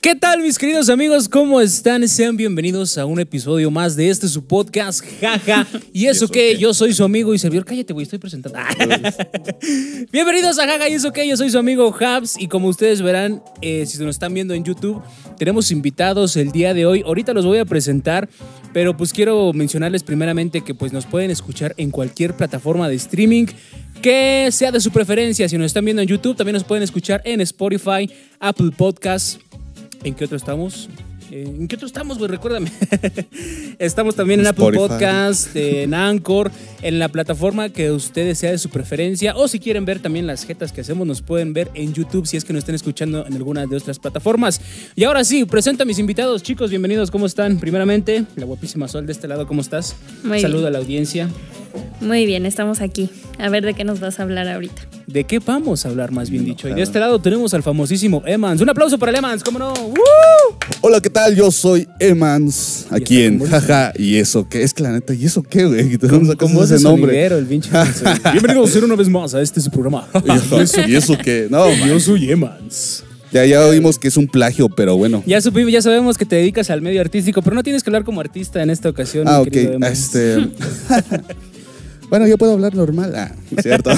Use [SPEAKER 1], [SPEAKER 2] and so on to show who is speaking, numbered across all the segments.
[SPEAKER 1] ¿Qué tal mis queridos amigos? ¿Cómo están? Sean bienvenidos a un episodio más de este su podcast, jaja. Y eso que yo soy su amigo y servidor, cállate güey, estoy presentando. bienvenidos a jaja y eso que yo soy su amigo Habs y como ustedes verán, eh, si nos están viendo en YouTube, tenemos invitados el día de hoy. Ahorita los voy a presentar, pero pues quiero mencionarles primeramente que pues nos pueden escuchar en cualquier plataforma de streaming que sea de su preferencia. Si nos están viendo en YouTube, también nos pueden escuchar en Spotify, Apple Podcasts, ¿En qué otro estamos? Eh, ¿En qué otro estamos, güey? Recuérdame. estamos también en Apple
[SPEAKER 2] Spotify.
[SPEAKER 1] Podcast, eh, en Anchor, en la plataforma que ustedes sea de su preferencia. O si quieren ver también las jetas que hacemos, nos pueden ver en YouTube si es que nos estén escuchando en alguna de otras plataformas. Y ahora sí, presento a mis invitados. Chicos, bienvenidos. ¿Cómo están? Primeramente, la guapísima Sol de este lado, ¿cómo estás?
[SPEAKER 3] Muy
[SPEAKER 1] Saludo
[SPEAKER 3] bien.
[SPEAKER 1] a la audiencia.
[SPEAKER 3] Muy bien, estamos aquí. A ver de qué nos vas a hablar ahorita.
[SPEAKER 1] ¿De qué vamos a hablar, más bien dicho? Y de
[SPEAKER 2] Enojado.
[SPEAKER 1] este lado tenemos al famosísimo Emans. Un aplauso para el Emans, ¿cómo no? ¡Woo!
[SPEAKER 2] Hola, ¿qué tal? Yo soy Emans, aquí
[SPEAKER 1] está
[SPEAKER 2] en
[SPEAKER 1] con voz.
[SPEAKER 2] Jaja. ¿Y eso qué? Es que la neta, ¿y eso qué, güey? ¿De dónde
[SPEAKER 1] Con
[SPEAKER 2] sacas
[SPEAKER 1] voz de
[SPEAKER 2] ese nombre?
[SPEAKER 1] sonidero, el pinche Emans, güey. Bienvenidos a ser una vez más a este su programa.
[SPEAKER 2] ¿Y eso, ¿Y eso qué? No, man.
[SPEAKER 1] Yo soy Emans.
[SPEAKER 2] ya, ya oímos que es un plagio, pero bueno.
[SPEAKER 1] Ya supimos, ya sabemos que te dedicas al medio artístico, pero no tienes que hablar como artista en esta ocasión.
[SPEAKER 2] Ah,
[SPEAKER 1] mi
[SPEAKER 2] ok.
[SPEAKER 1] querido Emans.
[SPEAKER 2] Este. bueno, yo puedo hablar normal. Ah, ¿no es cierto.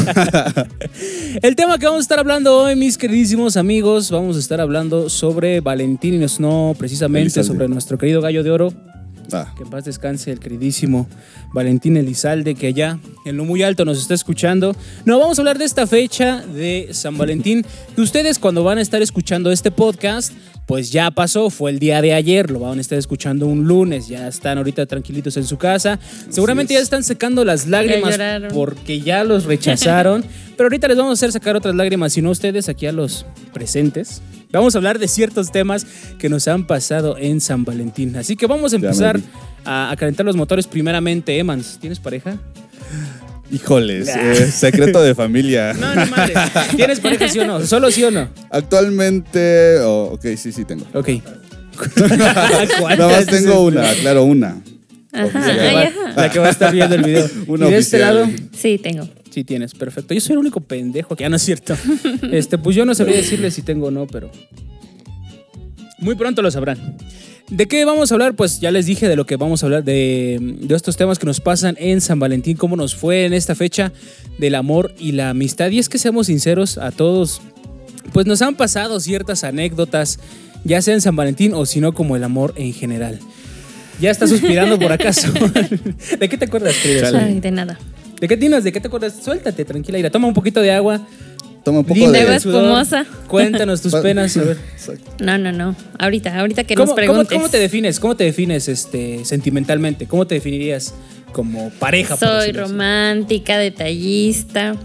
[SPEAKER 1] El tema que vamos a estar hablando hoy, mis queridísimos amigos, vamos a estar hablando sobre Valentín y nos- no precisamente
[SPEAKER 2] Elizalde.
[SPEAKER 1] sobre nuestro querido gallo de oro,
[SPEAKER 2] Ah,
[SPEAKER 1] Que en paz descanse el queridísimo Valentín Elizalde, que allá en lo muy alto nos está escuchando. No, vamos a hablar de esta fecha de San Valentín, que ustedes cuando van a estar escuchando este podcast, pues ya pasó, fue el día de ayer, lo van a estar escuchando un lunes, ya están ahorita tranquilitos en su casa. Seguramente
[SPEAKER 2] es.
[SPEAKER 1] ya están secando las lágrimas
[SPEAKER 3] lloraron.
[SPEAKER 1] porque ya los rechazaron, pero ahorita les vamos a hacer sacar otras lágrimas, si no ustedes aquí a los presentes. Vamos a hablar de ciertos temas que nos han pasado en San Valentín. Así que vamos a
[SPEAKER 2] Ya me
[SPEAKER 1] empezar
[SPEAKER 2] vi.
[SPEAKER 1] a, a calentar los motores primeramente, Emans. ¿Tienes pareja?
[SPEAKER 2] híjoles, eh, secreto de familia.
[SPEAKER 1] No, no madre. ¿Tienes pareja sí o no? ¿Solo sí o no?
[SPEAKER 2] Actualmente. oh, ok, sí, sí, tengo.
[SPEAKER 1] Ok.
[SPEAKER 2] Nada más tengo una, claro, una.
[SPEAKER 3] Ajá.
[SPEAKER 1] La que,
[SPEAKER 3] Ay,
[SPEAKER 1] va,
[SPEAKER 3] ajá.
[SPEAKER 1] la que va a estar viendo el video.
[SPEAKER 2] Una
[SPEAKER 1] y de este
[SPEAKER 2] oficial.
[SPEAKER 1] lado,
[SPEAKER 3] Sí, tengo.
[SPEAKER 1] sí tienes, perfecto. Yo soy el único pendejo que ya no es cierto. Este, pues yo no sabría decirle si tengo o no, pero. Muy pronto lo sabrán. ¿De qué vamos a hablar? Pues ya les dije de lo que vamos a hablar, de, de estos temas que nos pasan en San Valentín, cómo nos fue en esta fecha del amor y la amistad. Y es que seamos sinceros a todos, pues nos han pasado ciertas anécdotas, ya sea en San Valentín o si no como el amor en general. Ya está suspirando por acaso. ¿De qué te acuerdas, querida?
[SPEAKER 2] Chale.
[SPEAKER 1] Sol?
[SPEAKER 3] Ay, de nada.
[SPEAKER 1] ¿De qué tienes? ¿De qué te acuerdas? Suéltate, tranquila, ira. Toma un poquito de agua.
[SPEAKER 2] Toma un poco
[SPEAKER 1] Dime,
[SPEAKER 2] de.
[SPEAKER 3] Luego
[SPEAKER 1] el sudor.
[SPEAKER 3] espumosa.
[SPEAKER 1] Cuéntanos tus penas. A ver.
[SPEAKER 2] Exacto.
[SPEAKER 3] No, no, no. Ahorita, ahorita que
[SPEAKER 1] ¿Cómo,
[SPEAKER 3] nos
[SPEAKER 1] cómo,
[SPEAKER 3] preguntes.
[SPEAKER 1] cómo te defines? ¿Cómo te defines este, sentimentalmente? ¿Cómo te definirías como pareja? por
[SPEAKER 3] Soy
[SPEAKER 1] decirlo así?
[SPEAKER 3] romántica, detallista.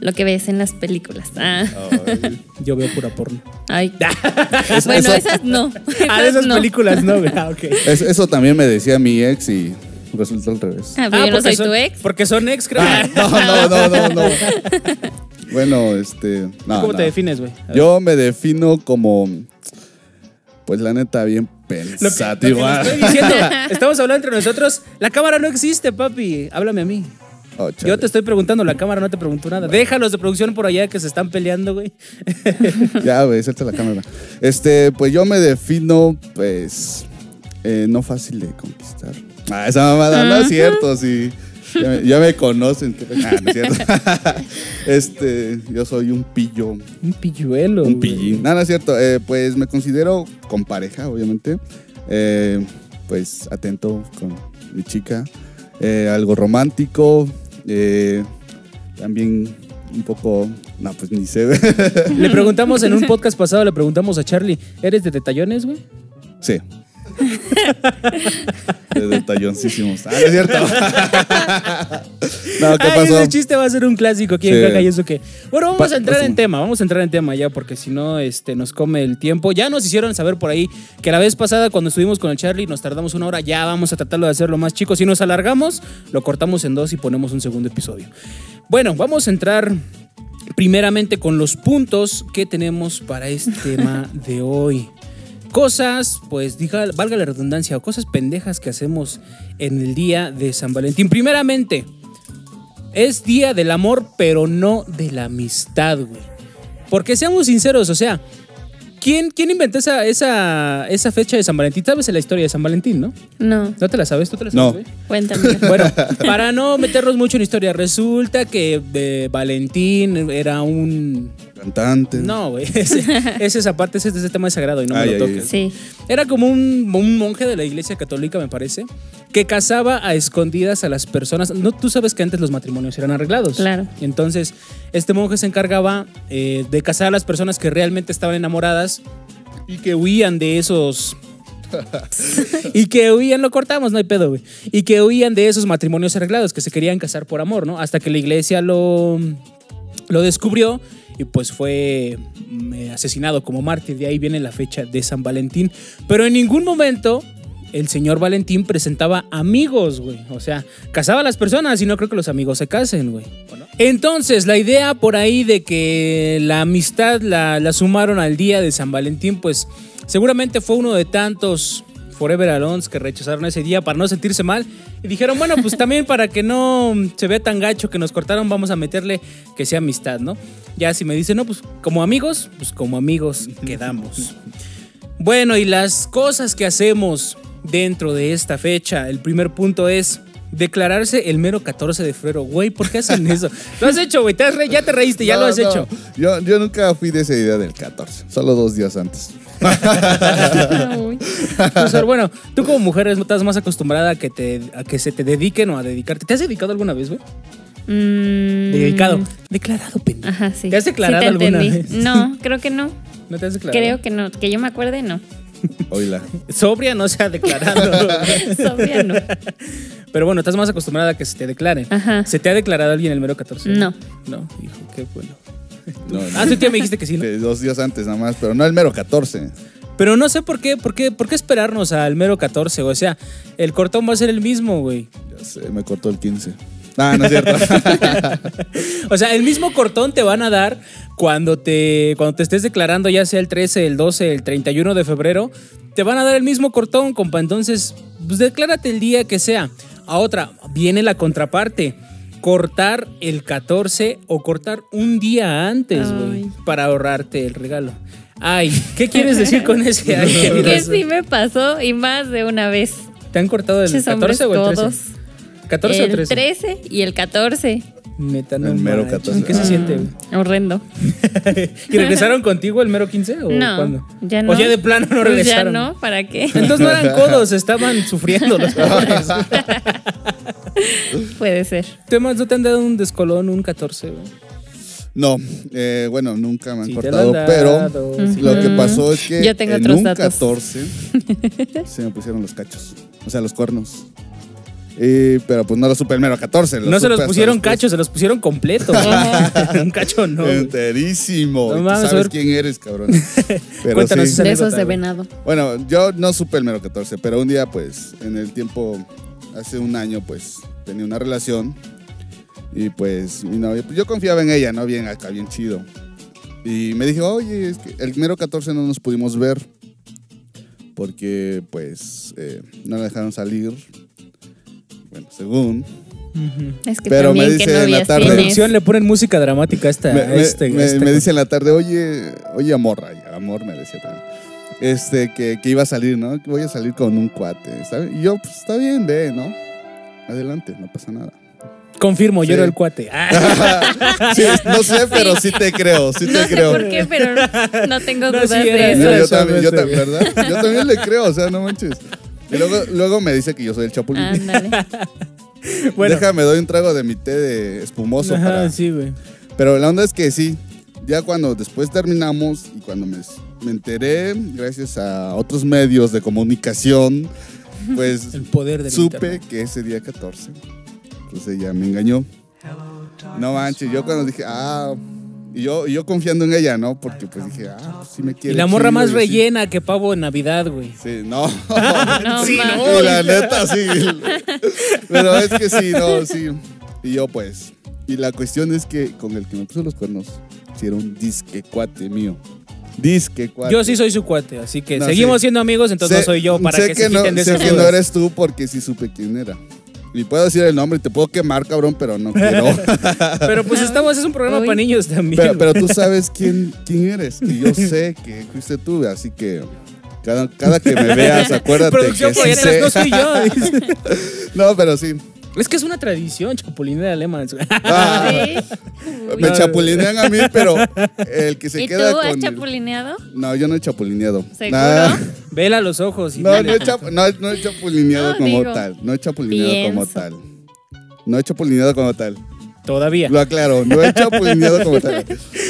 [SPEAKER 3] Lo que ves en las películas. Ah.
[SPEAKER 1] Oh.
[SPEAKER 2] Ay.
[SPEAKER 1] Yo veo pura porno.
[SPEAKER 3] Ay.
[SPEAKER 2] Es-
[SPEAKER 3] bueno,
[SPEAKER 2] eso-
[SPEAKER 3] esas no. Esas
[SPEAKER 1] Ah, de esas
[SPEAKER 3] Ah, no.
[SPEAKER 1] películas no, ¿verdad? Ok.
[SPEAKER 2] Es- eso también me decía mi ex y resultó al revés.
[SPEAKER 3] Ah, pero yo no
[SPEAKER 1] porque
[SPEAKER 3] soy
[SPEAKER 1] son-
[SPEAKER 3] tu ex.
[SPEAKER 1] Porque son ex, creo.
[SPEAKER 2] Ah, No, no, no, no, no. Bueno, este. no,
[SPEAKER 1] ¿Cómo
[SPEAKER 2] no.
[SPEAKER 1] te defines, güey? A ver.
[SPEAKER 2] Yo me defino como. Pues la neta, bien
[SPEAKER 1] Lo que, lo que
[SPEAKER 2] pensativo.
[SPEAKER 1] le estoy diciendo, estamos hablando entre nosotros. La cámara no existe, papi. Háblame a mí.
[SPEAKER 2] Oh,
[SPEAKER 1] Yo
[SPEAKER 2] chale.
[SPEAKER 1] te estoy preguntando, la cámara no te preguntó nada. Déjalos de producción por allá que se están peleando, güey.
[SPEAKER 2] Ya, güey, suelta la cámara. Este, pues yo me defino, pues. eh, no fácil de conquistar. Ah, esa mamada, no es cierto, sí. Ya me, ya me conocen. qué pe- Ah, no es cierto. Este, yo soy un pillo.
[SPEAKER 1] Un pilluelo.
[SPEAKER 2] Un
[SPEAKER 1] güey.
[SPEAKER 2] pillín. No, no es cierto. eh, pues me considero con pareja, obviamente. Eh, pues atento con mi chica. Eh, algo romántico. eh, también un poco. No, pues ni se ve.
[SPEAKER 1] Le preguntamos en un podcast pasado, le preguntamos a Charlie, ¿eres de detallones, güey?
[SPEAKER 2] sí. De detalloncísimos. Ah, no es cierto. no, ¿qué
[SPEAKER 1] Ay,
[SPEAKER 2] pasó?
[SPEAKER 1] ese chiste va a ser un clásico aquí en
[SPEAKER 2] Sí.
[SPEAKER 1] Caca y eso que. Bueno, vamos
[SPEAKER 2] Pa-
[SPEAKER 1] a entrar en
[SPEAKER 2] pásame.
[SPEAKER 1] tema, vamos a entrar en tema ya, porque si no, este, nos come el tiempo. Ya nos hicieron saber por ahí que la vez pasada cuando estuvimos con el Charlie nos tardamos una hora, ya vamos a tratarlo de hacerlo más chico. Si nos alargamos, lo cortamos en dos y ponemos un segundo episodio. Bueno, vamos a entrar primeramente con los puntos que tenemos para este tema de hoy. Cosas, pues diga, valga la redundancia, o cosas pendejas que hacemos en el día de San Valentín. Primeramente, es día del amor, pero no de la amistad, güey. Porque seamos sinceros, o sea, ¿quién, quién inventó esa, esa, esa fecha de San Valentín? ¿Sabes la historia de San Valentín, no?
[SPEAKER 3] No,
[SPEAKER 1] ¿No te la sabes? ¿Tú te la sabes?
[SPEAKER 2] No.
[SPEAKER 1] güey?
[SPEAKER 3] cuéntame.
[SPEAKER 1] Bueno, para no meternos mucho en historia, resulta que eh, Valentín era un...
[SPEAKER 2] Cantante.
[SPEAKER 1] No, güey, ese- es esa parte, ese, ese tema es sagrado y no me
[SPEAKER 2] Ay,
[SPEAKER 1] lo
[SPEAKER 2] ay,
[SPEAKER 1] toques.
[SPEAKER 2] ay.
[SPEAKER 3] Sí.
[SPEAKER 1] Era como un, un monje de la iglesia católica, me parece, que casaba a escondidas a las personas. No, tú sabes que antes los matrimonios eran arreglados.
[SPEAKER 3] Claro.
[SPEAKER 1] Entonces, este monje se encargaba eh, de casar a las personas que realmente estaban enamoradas y que huían de esos. y que huían, lo cortamos, no hay pedo, güey. Y que huían de esos matrimonios arreglados, que se querían casar por amor, ¿no? Hasta que la iglesia lo, lo descubrió y pues fue mm, eh, asesinado como mártir. De ahí viene la fecha de San Valentín. Pero en ningún momento el señor Valentín presentaba amigos, güey. O sea, casaba a las personas y no creo que los amigos se casen, güey. Entonces, la idea por ahí de que la amistad la, la sumaron al día de San Valentín, pues seguramente fue uno de tantos Forever Alons que rechazaron ese día para no sentirse mal. Y dijeron, bueno, pues también para que no se vea tan gacho que nos cortaron, vamos a meterle que sea amistad, ¿no? Ya si me dicen, no, pues como amigos, pues como amigos quedamos. Bueno, y las cosas que hacemos dentro de esta fecha. El primer punto es declararse el mero 14 de febrero. Güey, ¿por qué hacen eso? Lo has hecho, güey. te has re- ya te reíste, este ya
[SPEAKER 2] No,
[SPEAKER 1] lo has
[SPEAKER 2] no.
[SPEAKER 1] hecho.
[SPEAKER 2] Yo, yo nunca fui de esa idea del 14, solo dos días antes.
[SPEAKER 3] Uy.
[SPEAKER 1] O sea, bueno, tú como mujer estás más acostumbrada a que, te, a que se te dediquen o a dedicarte. ¿Te has dedicado alguna vez, güey?
[SPEAKER 3] Mm.
[SPEAKER 1] Dedicado. Declarado, pendejo.
[SPEAKER 3] Ajá, sí.
[SPEAKER 1] ¿Te has declarado
[SPEAKER 3] Sí te
[SPEAKER 1] alguna
[SPEAKER 3] entendí.
[SPEAKER 1] vez?
[SPEAKER 3] No, creo que no.
[SPEAKER 1] ¿No te has declarado?
[SPEAKER 3] Creo que no. Que yo me acuerde, no.
[SPEAKER 2] Oila.
[SPEAKER 1] Sobria no se ha declarado.
[SPEAKER 3] Sobria, no.
[SPEAKER 1] Pero bueno, estás más acostumbrada a que se te declaren.
[SPEAKER 3] Ajá.
[SPEAKER 1] ¿Se te ha declarado alguien el mero 14?
[SPEAKER 3] No.
[SPEAKER 1] No, hijo, qué bueno.
[SPEAKER 2] No, no.
[SPEAKER 1] Ah, tu tía me dijiste que sí, ¿no?
[SPEAKER 2] Que Dos días antes nada más, pero no el mero 14.
[SPEAKER 1] Pero no sé por qué, por qué, por qué esperarnos al mero 14, güey. O sea, el cortón va a ser el mismo, güey.
[SPEAKER 2] Ya sé, me cortó el 15. Ah, no es cierto.
[SPEAKER 1] O sea, el mismo cortón te van a dar cuando te, cuando te estés declarando, ya sea el 13, el 12, el 31 de febrero. Te van a dar el mismo cortón, compa. Entonces, pues declárate el día que sea. A otra, viene la contraparte. Cortar el 14 o cortar un día antes, güey,
[SPEAKER 3] Ay.
[SPEAKER 1] para ahorrarte el regalo. Ay, ¿qué quieres decir con ese? Ay,
[SPEAKER 3] Que
[SPEAKER 1] queridas?
[SPEAKER 3] sí me pasó y más de una vez.
[SPEAKER 1] ¿Te han cortado el
[SPEAKER 3] Pinches
[SPEAKER 1] 14
[SPEAKER 3] hombres
[SPEAKER 1] o el 13?
[SPEAKER 3] codos.
[SPEAKER 1] 14 o
[SPEAKER 3] el
[SPEAKER 1] 13.
[SPEAKER 3] 13 y el 14.
[SPEAKER 1] Neta, no
[SPEAKER 2] El mero
[SPEAKER 1] manches,
[SPEAKER 2] 14.
[SPEAKER 1] ¿Qué se
[SPEAKER 2] Ah.
[SPEAKER 1] siente? güey?
[SPEAKER 3] Horrendo.
[SPEAKER 1] ¿Y regresaron contigo el mero 15 o
[SPEAKER 3] no.
[SPEAKER 1] cuándo?
[SPEAKER 3] Ya no.
[SPEAKER 1] O ya de plano no
[SPEAKER 3] Pues
[SPEAKER 1] regresaron.
[SPEAKER 3] Ya no, ¿para qué?
[SPEAKER 1] Entonces no eran codos, estaban sufriendo los pobres.
[SPEAKER 3] Puede ser.
[SPEAKER 1] ¿Te más no te han dado un descolón, un 14? güey?
[SPEAKER 2] No, eh, bueno, nunca me han
[SPEAKER 1] Sí, te lo
[SPEAKER 2] cortado,
[SPEAKER 1] han
[SPEAKER 2] pero
[SPEAKER 1] dado, sí.
[SPEAKER 2] lo que pasó es que
[SPEAKER 3] Yo tengo
[SPEAKER 2] en
[SPEAKER 3] otros
[SPEAKER 2] un
[SPEAKER 3] datos.
[SPEAKER 2] 14 se me pusieron los cachos, o sea, los cuernos. Y- pero pues no lo supe el mero 14. lo
[SPEAKER 1] No se
[SPEAKER 2] supe
[SPEAKER 1] los
[SPEAKER 2] hasta
[SPEAKER 1] pusieron
[SPEAKER 2] después.
[SPEAKER 1] cachos, se los pusieron completos. güey. un cacho no. güey.
[SPEAKER 2] Este, Enterísimo.
[SPEAKER 1] No
[SPEAKER 2] y tú
[SPEAKER 1] mames, a ver.
[SPEAKER 2] sabes quién eres, cabrón. Pero
[SPEAKER 1] Cuéntanos
[SPEAKER 2] sí.
[SPEAKER 1] esa anécdota,
[SPEAKER 3] Besos de
[SPEAKER 1] güey.
[SPEAKER 3] venado.
[SPEAKER 2] Bueno, yo no supe el mero 14, pero un día, pues, en el tiempo, hace un año, pues, tenía una relación. Y pues, mi novia, pues, yo confiaba en ella, ¿no? Bien acá, bien chido. Y me dijo, oye, es que el mero 14 no nos pudimos ver. Porque, pues, eh, no la dejaron salir. Bueno, según.
[SPEAKER 3] Es que
[SPEAKER 2] Pero
[SPEAKER 3] también
[SPEAKER 2] me dice
[SPEAKER 3] que
[SPEAKER 2] en la
[SPEAKER 3] novias
[SPEAKER 2] tarde.
[SPEAKER 3] tienes.
[SPEAKER 1] Producción le ponen música dramática a esta.
[SPEAKER 2] me,
[SPEAKER 1] a este,
[SPEAKER 2] me-
[SPEAKER 1] a este-
[SPEAKER 2] me dice en la tarde, oye, oye, amorra, ya, amor, me decía también. Este, que, que iba a salir, ¿no? Que voy a salir con un cuate, ¿sabes? Y yo, pues está bien, ve, ¿no? Adelante, no pasa nada.
[SPEAKER 1] Confirmo, yo
[SPEAKER 2] Sí.
[SPEAKER 1] era el cuate. Ah,
[SPEAKER 2] Sí, no sé, pero sí te creo, sí te
[SPEAKER 3] No sé
[SPEAKER 2] creo.
[SPEAKER 3] por qué, pero no tengo
[SPEAKER 1] No,
[SPEAKER 3] dudas
[SPEAKER 1] sí era.
[SPEAKER 3] de
[SPEAKER 1] Eso,
[SPEAKER 2] No, yo,
[SPEAKER 1] eso,
[SPEAKER 2] también, yo
[SPEAKER 1] eso.
[SPEAKER 2] también, ¿verdad? Yo también le creo, o sea, no manches. Y luego, luego me dice que yo soy el chapulín.
[SPEAKER 3] Ándale.
[SPEAKER 1] Ah, bueno.
[SPEAKER 2] Déjame, doy un trago de mi té de espumoso
[SPEAKER 1] Ajá,
[SPEAKER 2] para,
[SPEAKER 1] sí, güey.
[SPEAKER 2] Pero la onda es que sí, ya cuando después terminamos y cuando me, me enteré, gracias a otros medios de comunicación, Pues
[SPEAKER 1] El poder del
[SPEAKER 2] supe
[SPEAKER 1] internet.
[SPEAKER 2] que ese día 14, pues ella me engañó. No manches, yo cuando dije, ah, y yo, y yo confiando en ella, ¿no? Porque pues dije, ah, pues sí me quiere.
[SPEAKER 1] Y la morra
[SPEAKER 2] chido,
[SPEAKER 1] más
[SPEAKER 2] y sí.
[SPEAKER 1] rellena que pavo en Navidad, güey.
[SPEAKER 2] Sí, no.
[SPEAKER 3] No
[SPEAKER 2] sí,
[SPEAKER 3] manches.
[SPEAKER 2] no, la neta, sí. Pero es que sí, no, sí. Y yo, pues. Y la cuestión es que con el que me puso los cuernos, sí era un disque cuate mío. Disque cuate.
[SPEAKER 1] Yo sí soy su cuate, así que
[SPEAKER 2] No,
[SPEAKER 1] seguimos
[SPEAKER 2] sí.
[SPEAKER 1] siendo amigos, entonces no
[SPEAKER 2] Sé-
[SPEAKER 1] soy yo para
[SPEAKER 2] sé
[SPEAKER 1] que, se
[SPEAKER 2] no,
[SPEAKER 1] quiten de
[SPEAKER 2] Sé
[SPEAKER 1] esas
[SPEAKER 2] que no
[SPEAKER 1] dudas.
[SPEAKER 2] eres tú porque sí supe quién era. Y puedo decir el nombre y te puedo quemar, cabrón, pero no quiero.
[SPEAKER 1] Pero pues estamos, es un programa
[SPEAKER 3] Uy.
[SPEAKER 1] para niños también.
[SPEAKER 2] pero, pero tú sabes quién, quién eres. Y yo sé que fuiste tú, así que. Cada, cada que me veas, acuérdate
[SPEAKER 1] Producción
[SPEAKER 2] que sí
[SPEAKER 1] Proyeras,
[SPEAKER 2] sé.
[SPEAKER 1] no soy yo. dice.
[SPEAKER 2] No, pero sí.
[SPEAKER 1] es que es una tradición, chapulinera de alemanes. güey.
[SPEAKER 2] Ah. Me
[SPEAKER 1] No.
[SPEAKER 2] chapulinean a mí, pero el que se
[SPEAKER 3] ¿Y tú
[SPEAKER 2] queda
[SPEAKER 3] has
[SPEAKER 2] con.
[SPEAKER 3] chapulineado?
[SPEAKER 2] No, yo no he chapulineado.
[SPEAKER 3] ¿Seguro?
[SPEAKER 2] Nah.
[SPEAKER 1] Vela los ojos. y
[SPEAKER 2] No,
[SPEAKER 1] dale.
[SPEAKER 2] no he, chap- no, no he chapulineado
[SPEAKER 3] No,
[SPEAKER 2] como
[SPEAKER 3] digo,
[SPEAKER 2] tal. No he chapulineado como
[SPEAKER 3] pienso.
[SPEAKER 2] tal. No he chapulineado como tal.
[SPEAKER 1] Todavía.
[SPEAKER 2] Lo aclaro, no he chapulineado como tal.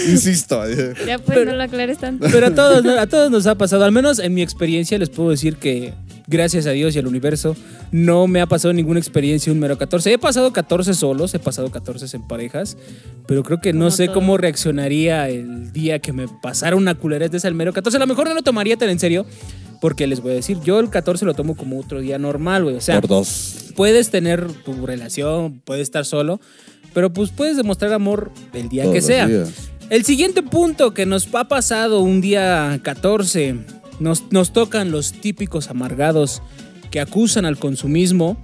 [SPEAKER 2] Insisto.
[SPEAKER 3] Ya pues no lo aclares tanto.
[SPEAKER 1] Pero a todos, a todos nos ha pasado, al menos en mi experiencia les puedo decir que gracias a Dios y al universo no me ha pasado ninguna experiencia un mero 14. He pasado 14 solos, he pasado 14 en parejas, pero creo que no
[SPEAKER 3] Como
[SPEAKER 1] sé
[SPEAKER 3] todo.
[SPEAKER 1] cómo reaccionaría el día que me pasara una culerez de esa al mero 14. A lo mejor no lo tomaría tan en serio. Porque les voy a decir, yo el 14 lo tomo como otro día normal, güey. O sea,
[SPEAKER 2] dos.
[SPEAKER 1] puedes tener tu relación, puedes estar solo, pero pues puedes demostrar amor el día que sea. El siguiente punto que nos ha pasado un día 14, nos, nos tocan los típicos amargados que acusan al consumismo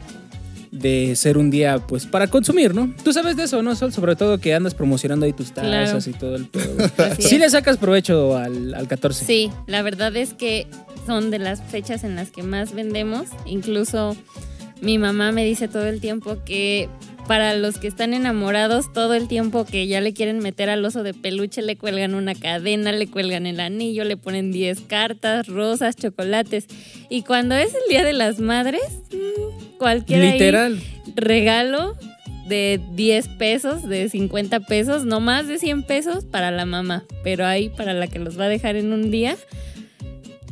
[SPEAKER 1] de ser un día pues para consumir, ¿no? Tú sabes de eso, ¿no, Sol? Sobre todo que andas promocionando ahí tus
[SPEAKER 3] Claro.
[SPEAKER 1] tazas y todo el pedo. güey.
[SPEAKER 3] Así
[SPEAKER 1] Sí
[SPEAKER 3] es.
[SPEAKER 1] le sacas provecho al, al 14.
[SPEAKER 3] Sí, la verdad es que son de las fechas en las que más vendemos. Incluso mi mamá me dice todo el tiempo que para los que están enamorados, todo el tiempo que ya le quieren meter al oso de peluche, le cuelgan una cadena, le cuelgan el anillo, le ponen 10 cartas, rosas, chocolates. Y cuando es el Día de las Madres, mm, cualquier ahí
[SPEAKER 1] Literal.
[SPEAKER 3] regalo de 10 pesos, de 50 pesos, no más de 100 pesos para la mamá, pero ahí para la que los va a dejar en un día,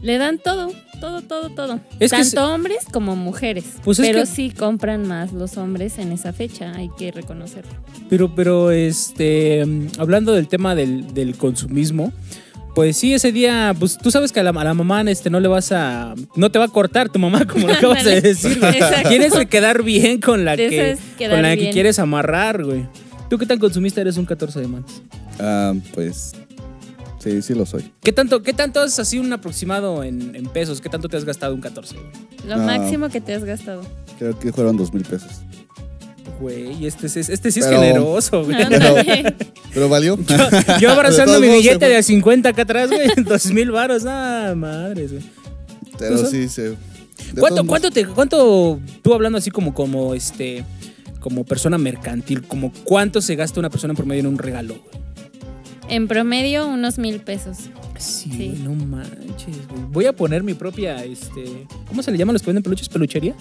[SPEAKER 3] le dan todo, todo, todo, todo.
[SPEAKER 1] Es que
[SPEAKER 3] Tanto
[SPEAKER 1] se-
[SPEAKER 3] hombres como mujeres.
[SPEAKER 1] Pues es
[SPEAKER 3] pero
[SPEAKER 1] que-
[SPEAKER 3] sí compran más los hombres en esa fecha, hay que reconocerlo.
[SPEAKER 1] Pero, pero, este, mm, hablando del tema del, del consumismo, pues sí, ese día, pues tú sabes que a la, a la mamá este, no le vas a, no te va a cortar tu mamá, como lo acabas de
[SPEAKER 3] Ándale.
[SPEAKER 1] decir. güey.
[SPEAKER 3] Exacto.
[SPEAKER 1] Tienes que quedar bien con la,
[SPEAKER 3] Te
[SPEAKER 1] que,
[SPEAKER 3] sabes quedar
[SPEAKER 1] con la que
[SPEAKER 3] bien.
[SPEAKER 1] quieres amarrar, güey. ¿Tú qué tan consumista eres un 14 de manos?
[SPEAKER 2] Ah, pues. Sí, sí lo soy.
[SPEAKER 1] ¿Qué tanto, qué tanto es así un aproximado en, en pesos? ¿Qué tanto te has gastado un 14, güey?
[SPEAKER 3] Lo
[SPEAKER 2] Ah.
[SPEAKER 3] máximo que te has gastado.
[SPEAKER 2] Creo que fueron dos mil pesos.
[SPEAKER 1] Güey, este, es- este sí es
[SPEAKER 2] Pero-
[SPEAKER 1] generoso, güey.
[SPEAKER 3] Ándale.
[SPEAKER 2] Pero valió.
[SPEAKER 1] Yo abrazando
[SPEAKER 2] todos
[SPEAKER 1] mi
[SPEAKER 2] modos, se
[SPEAKER 1] billete
[SPEAKER 2] fue.
[SPEAKER 1] de a 50 acá atrás, güey, dos mil varos, nada, madres, güey.
[SPEAKER 2] Pero
[SPEAKER 1] Pues,
[SPEAKER 2] sí, se. de todos
[SPEAKER 1] ¿Cuánto,
[SPEAKER 2] modos-
[SPEAKER 1] cuánto, te, ¿Cuánto tú hablando así como, como este como persona mercantil, como cuánto se gasta una persona en promedio en un regalo? güey?
[SPEAKER 3] en promedio unos mil pesos.
[SPEAKER 1] Sí,
[SPEAKER 3] Sí.
[SPEAKER 1] güey, no manches, güey. Voy a poner mi propia este, ¿cómo se le llaman los que venden peluches? ¿Peluchería?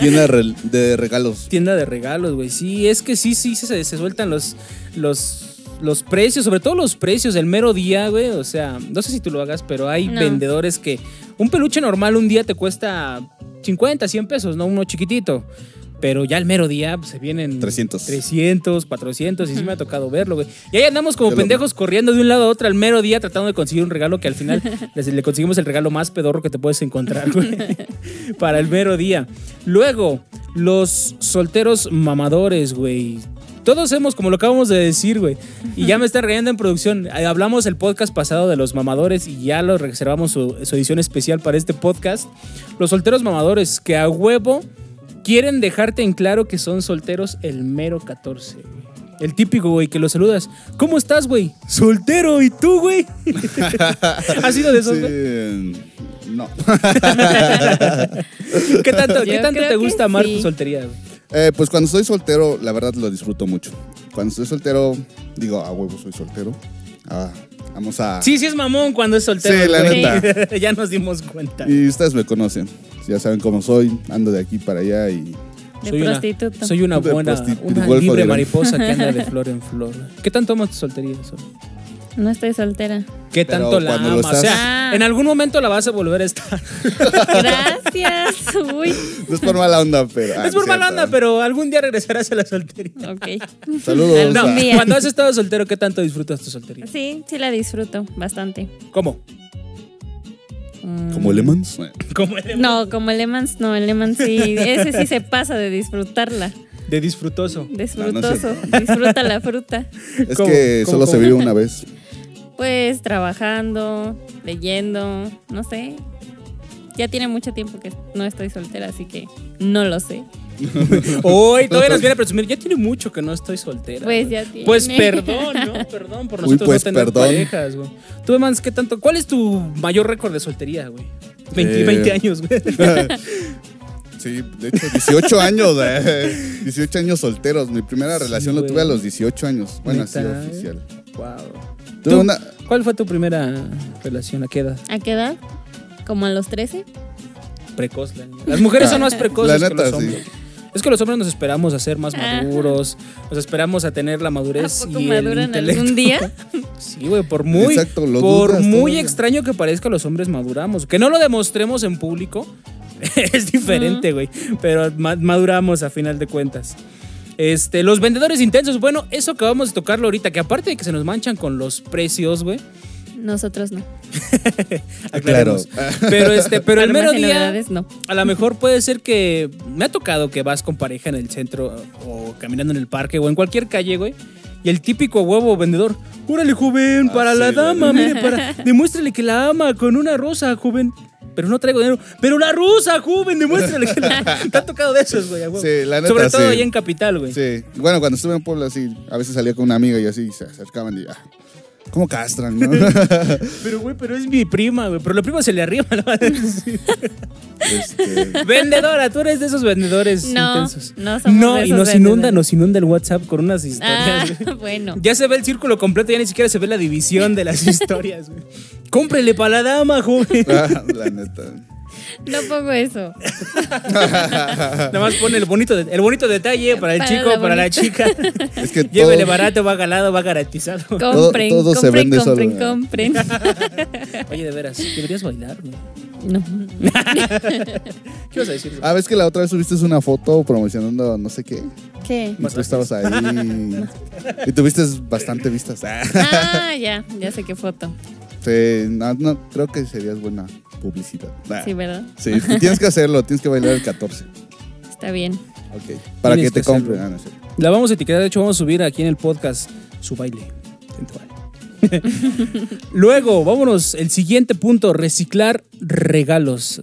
[SPEAKER 2] Tienda re- de regalos.
[SPEAKER 1] Tienda de regalos, güey. Sí, es que sí sí se, se sueltan los los los precios, sobre todo los precios del mero día, güey. O sea, no sé si tú lo hagas, pero hay
[SPEAKER 3] No.
[SPEAKER 1] vendedores que un peluche normal un día te cuesta 50, 100 pesos, no uno chiquitito. Pero ya el mero día pues, se vienen
[SPEAKER 2] 300.
[SPEAKER 1] 300, 400 y sí me ha tocado verlo, güey. Y ahí andamos como
[SPEAKER 2] Yo lo-
[SPEAKER 1] pendejos corriendo de un lado a otro al mero día tratando de conseguir un regalo que al final les- le conseguimos el regalo más pedorro que te puedes encontrar, güey. para el mero día. Luego, los solteros mamadores, güey. Todos hemos, como lo acabamos de decir, güey. Y ya me están regañando en producción. Eh, Hablamos el podcast pasado de los mamadores y ya lo reservamos su, su edición especial para este podcast. Los solteros mamadores que a huevo quieren dejarte en claro que son solteros el mero 14, güey. El típico, güey, que lo saludas. ¿Cómo estás, güey? Soltero, ¿y tú, güey? ¿Has sido de esos, güey?
[SPEAKER 2] Sí, no.
[SPEAKER 1] ¿Qué tanto,
[SPEAKER 3] Yo
[SPEAKER 1] ¿qué tanto te
[SPEAKER 3] creo que
[SPEAKER 1] gusta amar
[SPEAKER 3] sí.
[SPEAKER 1] tu soltería, güey?
[SPEAKER 2] Eh, pues cuando estoy soltero, la verdad lo disfruto mucho. Cuando estoy soltero, digo, a huevo, soy soltero. Ah, vamos a.
[SPEAKER 1] Sí, sí es mamón cuando es soltero.
[SPEAKER 2] Sí, la
[SPEAKER 1] güey.
[SPEAKER 2] neta.
[SPEAKER 1] ya nos dimos cuenta.
[SPEAKER 2] Y ustedes me conocen. Ya saben cómo soy. Ando de aquí para allá y.
[SPEAKER 3] De
[SPEAKER 1] Soy una-
[SPEAKER 3] prostituto.
[SPEAKER 1] soy una
[SPEAKER 2] De
[SPEAKER 1] buena,
[SPEAKER 2] prostitu-
[SPEAKER 1] una
[SPEAKER 2] Golfo
[SPEAKER 1] libre
[SPEAKER 2] de Irán.
[SPEAKER 1] mariposa que anda de flor en flor. ¿Qué tanto amas tu soltería, Sol?
[SPEAKER 3] No estoy soltera.
[SPEAKER 1] ¿Qué
[SPEAKER 2] Pero
[SPEAKER 1] tanto la
[SPEAKER 2] cuando lo
[SPEAKER 1] amas? O
[SPEAKER 2] estás-
[SPEAKER 1] sea,
[SPEAKER 3] Ah.
[SPEAKER 1] en algún momento la vas a volver a estar.
[SPEAKER 3] Gracias. gracias. Uy,
[SPEAKER 2] No es por mala onda, pero. ah,
[SPEAKER 1] es por mala
[SPEAKER 2] cierto.
[SPEAKER 1] onda, pero algún día regresarás a la soltería.
[SPEAKER 3] ok.
[SPEAKER 2] Saludos. ah,
[SPEAKER 1] No,
[SPEAKER 2] a-
[SPEAKER 3] día.
[SPEAKER 1] cuando has estado soltero, ¿qué tanto disfrutas tu soltería?
[SPEAKER 3] Sí, sí la disfruto bastante.
[SPEAKER 1] ¿Cómo?
[SPEAKER 3] Mm.
[SPEAKER 2] Como Lemons.
[SPEAKER 1] ¿Cómo eres?
[SPEAKER 3] No, como el Lemans, no, el Lemans sí, ese sí se pasa de disfrutarla.
[SPEAKER 1] De disfrutoso.
[SPEAKER 3] Disfrutoso,
[SPEAKER 2] No, no
[SPEAKER 3] disfruta la fruta.
[SPEAKER 2] Es
[SPEAKER 1] ¿Cómo?
[SPEAKER 2] que
[SPEAKER 1] ¿Cómo,
[SPEAKER 2] solo se
[SPEAKER 1] cómo?
[SPEAKER 2] vive una vez.
[SPEAKER 3] Pues trabajando, leyendo, no sé. Ya tiene mucho tiempo que no estoy soltera, así que no lo sé.
[SPEAKER 1] Hoy todavía nos viene a presumir. Ya tiene mucho que no estoy soltera.
[SPEAKER 3] Pues
[SPEAKER 1] güey.
[SPEAKER 3] ya tiene.
[SPEAKER 1] Pues perdón, ¿no? Perdón por
[SPEAKER 2] Uy,
[SPEAKER 1] nosotros
[SPEAKER 2] pues
[SPEAKER 1] no tener
[SPEAKER 2] perdón.
[SPEAKER 1] parejas, güey. Tú, Mans, ¿qué tanto? ¿Cuál es tu mayor récord de soltería, güey? 20,
[SPEAKER 2] Eh.
[SPEAKER 1] 20 años, güey.
[SPEAKER 2] Sí, de hecho, 18 años. eh. 18 años solteros. Mi primera
[SPEAKER 1] Sí,
[SPEAKER 2] relación lo
[SPEAKER 1] güey.
[SPEAKER 2] tuve a los 18 años. Bueno, así
[SPEAKER 1] ¿Neta? eh?
[SPEAKER 2] oficial.
[SPEAKER 1] Wow.
[SPEAKER 2] Tuve una-
[SPEAKER 1] ¿Cuál fue tu primera relación? ¿A qué edad?
[SPEAKER 3] ¿A qué edad? ¿Como a los 13?
[SPEAKER 1] Precoz. la neta. Las mujeres son más precoces
[SPEAKER 2] La
[SPEAKER 1] que
[SPEAKER 2] neta,
[SPEAKER 1] los
[SPEAKER 2] sí.
[SPEAKER 1] hombres. Es que los hombres nos esperamos a ser más
[SPEAKER 3] Ajá.
[SPEAKER 1] maduros, nos esperamos a tener la madurez
[SPEAKER 3] Ah. ¿A poco
[SPEAKER 1] y el
[SPEAKER 3] maduran
[SPEAKER 1] intelecto.
[SPEAKER 3] algún día?
[SPEAKER 1] Sí, güey, por muy,
[SPEAKER 2] Exacto, lo
[SPEAKER 1] por
[SPEAKER 2] dudas
[SPEAKER 1] muy
[SPEAKER 2] todavía.
[SPEAKER 1] extraño que parezca, los hombres maduramos. Que no lo demostremos en público es diferente, güey. Pero ma- maduramos a final de cuentas. Este, los vendedores intensos, bueno, eso acabamos de tocarlo ahorita, que aparte de que se nos manchan con los precios, güey.
[SPEAKER 3] Nosotros no.
[SPEAKER 1] aclaremos. Pero este, pero el
[SPEAKER 3] Armas
[SPEAKER 1] mero
[SPEAKER 3] en
[SPEAKER 1] día
[SPEAKER 3] novedades, no.
[SPEAKER 1] a lo mejor puede ser que me ha tocado que vas con pareja en el centro o caminando en el parque o en cualquier calle, güey. Y el típico huevo vendedor, órale, joven,
[SPEAKER 2] Ah,
[SPEAKER 1] para
[SPEAKER 2] sí,
[SPEAKER 1] la
[SPEAKER 2] güey.
[SPEAKER 1] dama, mire, para, demuéstrale que la ama con una rosa, joven. Pero no traigo dinero. Pero la rosa, joven, demuéstrale que la Te ha tocado de esos, güey, a huevo.
[SPEAKER 2] Sí, la neta,
[SPEAKER 1] Sobre todo
[SPEAKER 2] sí.
[SPEAKER 1] ahí en Capital, güey.
[SPEAKER 2] Sí. Bueno, cuando estuve en Puebla, sí. A veces salía con una amiga y así se acercaban y. Ah, ¿Cómo castran, no?
[SPEAKER 1] Pero, güey, pero es mi prima, güey. Pero la prima se le arriba, la madre.
[SPEAKER 2] Este,
[SPEAKER 1] Vendedora, tú eres de esos vendedores
[SPEAKER 3] No,
[SPEAKER 1] intensos.
[SPEAKER 3] no somos
[SPEAKER 1] No,
[SPEAKER 3] de
[SPEAKER 1] y nos
[SPEAKER 3] esos
[SPEAKER 1] inunda,
[SPEAKER 3] vendedores.
[SPEAKER 1] nos inunda el WhatsApp con unas historias.
[SPEAKER 3] Ah,
[SPEAKER 1] güey.
[SPEAKER 3] bueno.
[SPEAKER 1] Ya se ve el círculo completo, ya ni siquiera se ve la división de las historias. güey. Cómprele para la dama, joven.
[SPEAKER 2] ah, la neta.
[SPEAKER 3] No pongo eso.
[SPEAKER 1] Nada más pone el bonito, de- el bonito detalle para el
[SPEAKER 3] Para
[SPEAKER 1] chico,
[SPEAKER 3] la
[SPEAKER 1] para la
[SPEAKER 3] bonita.
[SPEAKER 1] chica.
[SPEAKER 2] Es que todo-
[SPEAKER 1] Llévele barato, va galado, va garantizado.
[SPEAKER 3] Compren,
[SPEAKER 2] todo se
[SPEAKER 3] compren,
[SPEAKER 2] vende solo,
[SPEAKER 3] compren,
[SPEAKER 2] ¿verdad?
[SPEAKER 3] compren.
[SPEAKER 1] Oye, de veras, deberías bailar. güey.
[SPEAKER 3] No.
[SPEAKER 1] ¿Qué vas a decir? güey?
[SPEAKER 2] Ah, ves que la otra vez subiste una foto promocionando no sé qué.
[SPEAKER 3] ¿Qué?
[SPEAKER 2] Y tú estabas ahí. y tuviste bastante vistas. Ah,
[SPEAKER 3] Ah, ya, ya sé qué foto.
[SPEAKER 2] sí, no, no, creo que serías buena publicidad. Ah,
[SPEAKER 3] Sí, ¿verdad?
[SPEAKER 2] sí, tienes que hacerlo, tienes que bailar el 14.
[SPEAKER 3] Está bien.
[SPEAKER 2] Ok. Para que
[SPEAKER 1] Tienes
[SPEAKER 2] te
[SPEAKER 1] que
[SPEAKER 2] compren.
[SPEAKER 1] hacerlo.
[SPEAKER 2] Ah, no sé.
[SPEAKER 1] La vamos a etiquetar, de hecho, vamos a subir aquí en el podcast su baile. sensual. Luego, vámonos, el siguiente punto, reciclar regalos.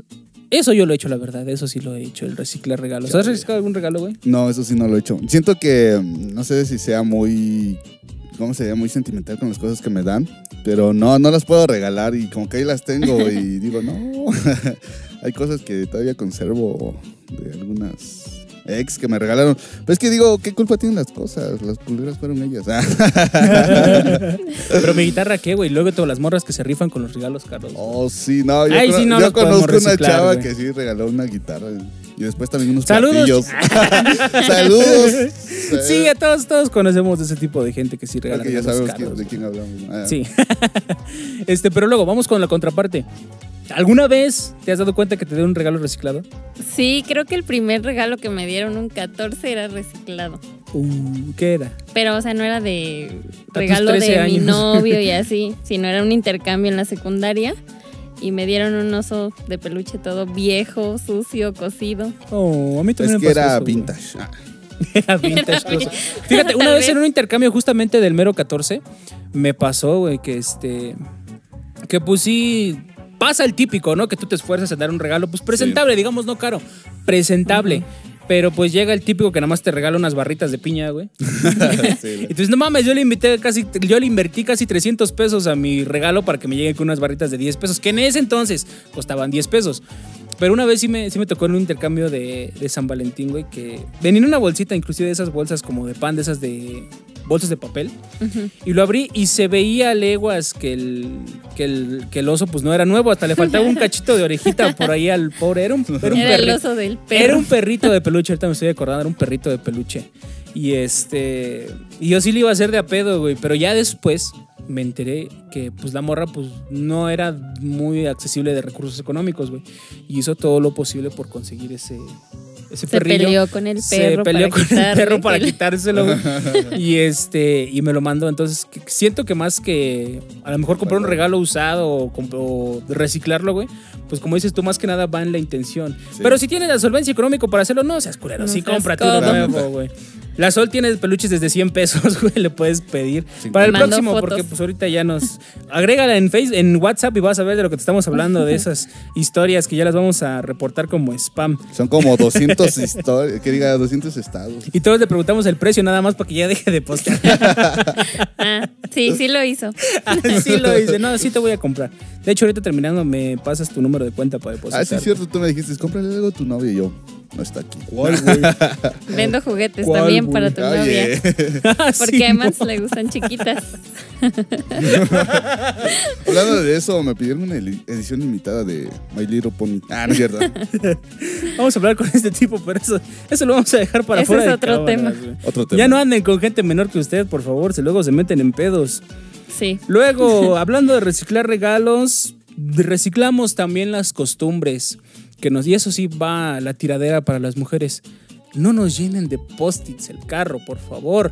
[SPEAKER 1] Eso yo lo he hecho, la verdad, eso sí lo he hecho, el reciclar regalos. ¿Has reciclado algún regalo, güey?
[SPEAKER 2] No, eso sí no lo he hecho. Siento que mm, no sé si sea muy. ¿Cómo se diría? Muy sentimental con las cosas que me dan. Pero no, no las puedo regalar y como que ahí las tengo y digo, no. Hay cosas que todavía conservo de algunas ex que me regalaron. Pero es que digo, ¿qué culpa tienen las cosas? Las pulgueras fueron ellas.
[SPEAKER 1] Pero mi guitarra, ¿qué, güey? Luego todas las morras que se rifan con los regalos caros.
[SPEAKER 2] oh, sí, no. Yo,
[SPEAKER 1] Ahí
[SPEAKER 2] cono-
[SPEAKER 1] sí no
[SPEAKER 2] yo
[SPEAKER 1] las podemos
[SPEAKER 2] conozco una
[SPEAKER 1] reciclar,
[SPEAKER 2] chava
[SPEAKER 1] güey.
[SPEAKER 2] que sí regaló una guitarra. Y después también unos
[SPEAKER 1] ¡Saludos!
[SPEAKER 2] platillos. ¡Saludos!
[SPEAKER 1] Sí, a todos, todos conocemos de ese tipo de gente que sí regala
[SPEAKER 2] Creo que ya
[SPEAKER 1] regalos caros,
[SPEAKER 2] sabemos quién- de quién hablamos. ¿no? Ah,
[SPEAKER 1] Sí. este, pero luego, vamos con la contraparte. ¿Alguna vez te has dado cuenta que te dieron un regalo reciclado?
[SPEAKER 3] Sí, creo que el primer regalo que me dieron un 14 era reciclado.
[SPEAKER 1] Uh, ¿Qué era?
[SPEAKER 3] Pero, o sea, no era de
[SPEAKER 1] tus
[SPEAKER 3] regalo de
[SPEAKER 1] 13
[SPEAKER 3] mi
[SPEAKER 1] años.
[SPEAKER 3] novio y así, sino era un intercambio en la secundaria. Y me dieron un oso de peluche todo viejo, sucio, cocido.
[SPEAKER 1] Oh, a mí
[SPEAKER 2] Es
[SPEAKER 1] también
[SPEAKER 2] que
[SPEAKER 1] me pasó
[SPEAKER 2] era
[SPEAKER 1] eso, güey.
[SPEAKER 2] vintage. Ah,
[SPEAKER 1] Era vintage cosa. Fíjate, una
[SPEAKER 3] Tal
[SPEAKER 1] vez
[SPEAKER 3] vez.
[SPEAKER 1] en un intercambio justamente del mero 14, me pasó, güey, que este. Que pusí. Pasa el típico, ¿no? Que tú te esfuerzas en dar un regalo, pues presentable, digamos, no caro, presentable. Pero pues llega el típico que nada más te regala unas barritas de piña, güey.
[SPEAKER 2] sí,
[SPEAKER 1] Y tú dices, no mames, yo le invité casi, yo le invertí casi 300 pesos a mi regalo para que me lleguen con unas barritas de 10 pesos, que en ese entonces costaban 10 pesos. Pero una vez sí me, sí me tocó en un intercambio de, de San Valentín, güey, que venía en una bolsita, inclusive de esas bolsas como de pan, de esas de bolsas de papel. Y lo abrí y se veía a leguas que el, que el, que el oso pues no era nuevo, hasta le faltaba un cachito de orejita por ahí al pobre. Era un, era un
[SPEAKER 3] Era el
[SPEAKER 1] perrito.
[SPEAKER 3] oso del
[SPEAKER 1] Era
[SPEAKER 3] perro.
[SPEAKER 1] un perrito de peluche, ahorita me estoy acordando, era un perrito de peluche. Y este. Y yo sí le iba a hacer de a pedo, güey. Pero ya después me enteré que pues la morra pues no era muy accesible de recursos económicos, güey. Y hizo todo lo posible por conseguir ese, ese
[SPEAKER 3] Se
[SPEAKER 1] perrillo.
[SPEAKER 3] peleó con el
[SPEAKER 1] Se
[SPEAKER 3] perro.
[SPEAKER 1] peleó
[SPEAKER 3] para
[SPEAKER 1] con el
[SPEAKER 3] quitarle
[SPEAKER 1] perro para
[SPEAKER 3] el-
[SPEAKER 1] quitárselo, güey. y este, y me lo mandó. Entonces, que- siento que más que a lo mejor comprar un regalo usado o, comp- o reciclarlo, güey, pues como dices tú, más que nada va en la intención.
[SPEAKER 2] Sí.
[SPEAKER 1] Pero si tienes la solvencia económica para hacerlo, no seas culero.
[SPEAKER 3] No
[SPEAKER 1] sí,
[SPEAKER 3] seas
[SPEAKER 1] cómprate uno
[SPEAKER 2] codo.
[SPEAKER 1] nuevo, güey. La Sol tiene peluches desde 100 pesos, güey, le puedes pedir.
[SPEAKER 2] Sí.
[SPEAKER 1] Para el
[SPEAKER 3] Mando
[SPEAKER 1] próximo,
[SPEAKER 3] fotos.
[SPEAKER 1] porque pues ahorita ya nos... Agrégala en Face, en WhatsApp y vas a ver de lo que te estamos hablando, de esas historias que ya las vamos a reportar como spam.
[SPEAKER 2] Son como 200 historias, que diga 200 estados.
[SPEAKER 1] Y todos le preguntamos el precio nada más para que ya deje de postear.
[SPEAKER 3] Ah, sí, sí lo hizo.
[SPEAKER 1] Así lo dice. No, sí te voy a comprar. De hecho, ahorita terminando, me pasas tu número de cuenta para depositar.
[SPEAKER 2] Ah, sí, es cierto, tú me dijiste, cómprale algo a tu novio y yo. No está aquí.
[SPEAKER 3] Vendo juguetes
[SPEAKER 1] ¿Cuál,
[SPEAKER 3] también
[SPEAKER 1] güey?
[SPEAKER 3] para tu novia.
[SPEAKER 2] Oye,
[SPEAKER 1] Ah, sí,
[SPEAKER 3] Porque además
[SPEAKER 1] mo-
[SPEAKER 3] le gustan chiquitas.
[SPEAKER 2] hablando de eso, me pidieron una eli- edición limitada de My Little Pony. Ah, no es cierto.
[SPEAKER 1] Vamos a hablar con este tipo, pero eso, eso lo vamos a dejar para
[SPEAKER 3] Ese
[SPEAKER 1] fuera
[SPEAKER 3] es
[SPEAKER 1] de
[SPEAKER 3] otro
[SPEAKER 1] cámaras,
[SPEAKER 3] tema.
[SPEAKER 1] güey.
[SPEAKER 2] Otro tema.
[SPEAKER 1] Ya no anden con gente menor que usted, por favor, si luego se meten en pedos.
[SPEAKER 3] Sí.
[SPEAKER 1] Luego, hablando de reciclar regalos, reciclamos también las costumbres. Que nos, y eso sí va a la tiradera para las mujeres. No nos llenen de post-its el carro, por favor.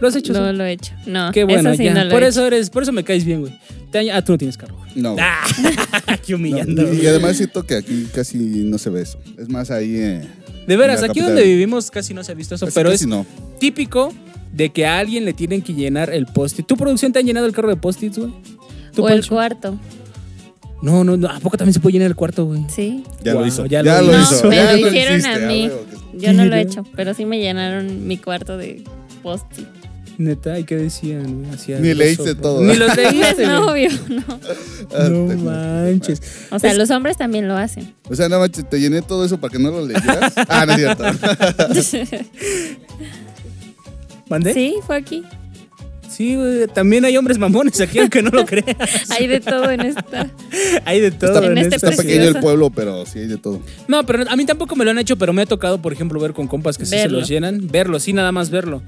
[SPEAKER 1] Lo has hecho.
[SPEAKER 3] No
[SPEAKER 1] Sol?
[SPEAKER 3] lo he hecho. No.
[SPEAKER 1] Qué bueno,
[SPEAKER 3] eso Ah, sí
[SPEAKER 1] ya.
[SPEAKER 3] no lo
[SPEAKER 1] por,
[SPEAKER 3] he
[SPEAKER 1] eso eres, por eso me caes bien, güey. Te añ- ah, tú no tienes carro. güey.
[SPEAKER 2] No.
[SPEAKER 1] Ah, qué
[SPEAKER 2] No,
[SPEAKER 1] humillando.
[SPEAKER 2] y además siento que aquí casi no se ve eso. Es más ahí. eh,
[SPEAKER 1] de veras,
[SPEAKER 2] en la
[SPEAKER 1] aquí
[SPEAKER 2] capital.
[SPEAKER 1] donde vivimos casi no se ha visto eso,
[SPEAKER 2] Casi-
[SPEAKER 1] pero
[SPEAKER 2] casi
[SPEAKER 1] es
[SPEAKER 2] no.
[SPEAKER 1] típico de que a alguien le tienen que llenar el post-it. ¿Tu producción te han llenado el carro de post-its, güey?
[SPEAKER 3] hecho.
[SPEAKER 1] ¿Tú,
[SPEAKER 3] O el
[SPEAKER 1] Pancho?
[SPEAKER 3] cuarto.
[SPEAKER 1] No, no, no. ¿A poco también se puede llenar el cuarto, güey?
[SPEAKER 3] Sí.
[SPEAKER 2] Ya
[SPEAKER 1] Wow,
[SPEAKER 2] lo hizo.
[SPEAKER 1] ya
[SPEAKER 2] Ya,
[SPEAKER 1] lo
[SPEAKER 2] lo
[SPEAKER 1] hizo.
[SPEAKER 3] no,
[SPEAKER 2] hizo.
[SPEAKER 3] me
[SPEAKER 2] ya
[SPEAKER 3] lo
[SPEAKER 2] lo
[SPEAKER 3] hicieron
[SPEAKER 2] hiciste,
[SPEAKER 3] a
[SPEAKER 2] ah,
[SPEAKER 3] mí.
[SPEAKER 2] huevo, que-
[SPEAKER 3] Yo no lo he
[SPEAKER 1] Tira.
[SPEAKER 3] hecho, pero sí me llenaron mi cuarto de post-it.
[SPEAKER 1] Neta, ¿y qué decían, güey? Hacían
[SPEAKER 2] Ni
[SPEAKER 1] el
[SPEAKER 2] leíste
[SPEAKER 1] oso,
[SPEAKER 2] todo.
[SPEAKER 1] güey. Ni los
[SPEAKER 3] Es
[SPEAKER 1] leíste, güey.
[SPEAKER 3] novio, no.
[SPEAKER 2] Ah,
[SPEAKER 1] No
[SPEAKER 2] te-
[SPEAKER 1] manches.
[SPEAKER 3] O sea, los hombres también lo hacen.
[SPEAKER 2] O sea, nada más te- te llené todo eso para que no lo leyeras. Ah, no es cierto.
[SPEAKER 1] ¿Mandé? Sí.
[SPEAKER 3] Sí, fue aquí.
[SPEAKER 1] güey. También hay hombres mamones aquí, aunque no lo creas.
[SPEAKER 3] Hay de todo en esta.
[SPEAKER 1] Hay de todo.
[SPEAKER 2] Está-
[SPEAKER 1] en
[SPEAKER 3] en este
[SPEAKER 1] esta
[SPEAKER 2] Está pequeño el
[SPEAKER 3] Precioso.
[SPEAKER 2] pueblo, pero sí hay de todo.
[SPEAKER 1] No, pero a mí tampoco me lo han hecho, pero me ha tocado, por ejemplo, ver con compas que sí se
[SPEAKER 3] Verlo.
[SPEAKER 1] los llenan. Verlo, sí, nada más verlo.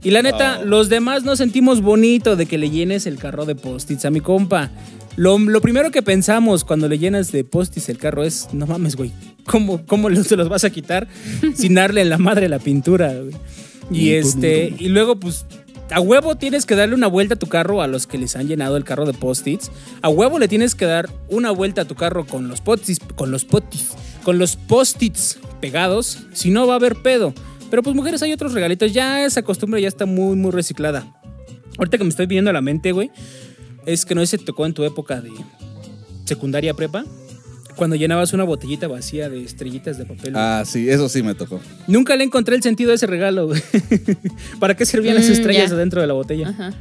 [SPEAKER 1] Y la neta,
[SPEAKER 2] Wow.
[SPEAKER 1] los demás nos sentimos bonito de que le llenes el carro de post-its a mi compa. Lo, lo primero que pensamos cuando le llenas de post-its el carro es, no mames, güey, ¿cómo, cómo los- se los vas a quitar sin darle en la madre la pintura? güey?" Y
[SPEAKER 2] Punto
[SPEAKER 1] este,
[SPEAKER 2] número uno.
[SPEAKER 1] y luego pues... A huevo tienes que darle una vuelta a tu carro a los que les han llenado el carro de post-its. A huevo le tienes que dar una vuelta a tu carro con los post-its, con los post-its, con los post-its pegados. Si no va a haber pedo. Pero pues mujeres hay otros regalitos. Ya esa costumbre ya está muy muy reciclada. Ahorita que me estoy viniendo a la mente, güey, es que no sé si te tocó en tu época de secundaria prepa, cuando llenabas una botellita vacía de estrellitas de papel. güey.
[SPEAKER 2] Ah, sí, eso sí me tocó.
[SPEAKER 1] Nunca le encontré el sentido a ese regalo. güey. ¿Para qué servían las
[SPEAKER 3] Mm,
[SPEAKER 1] estrellas
[SPEAKER 3] ya. Ah.
[SPEAKER 1] adentro de la botella?
[SPEAKER 3] Ajá.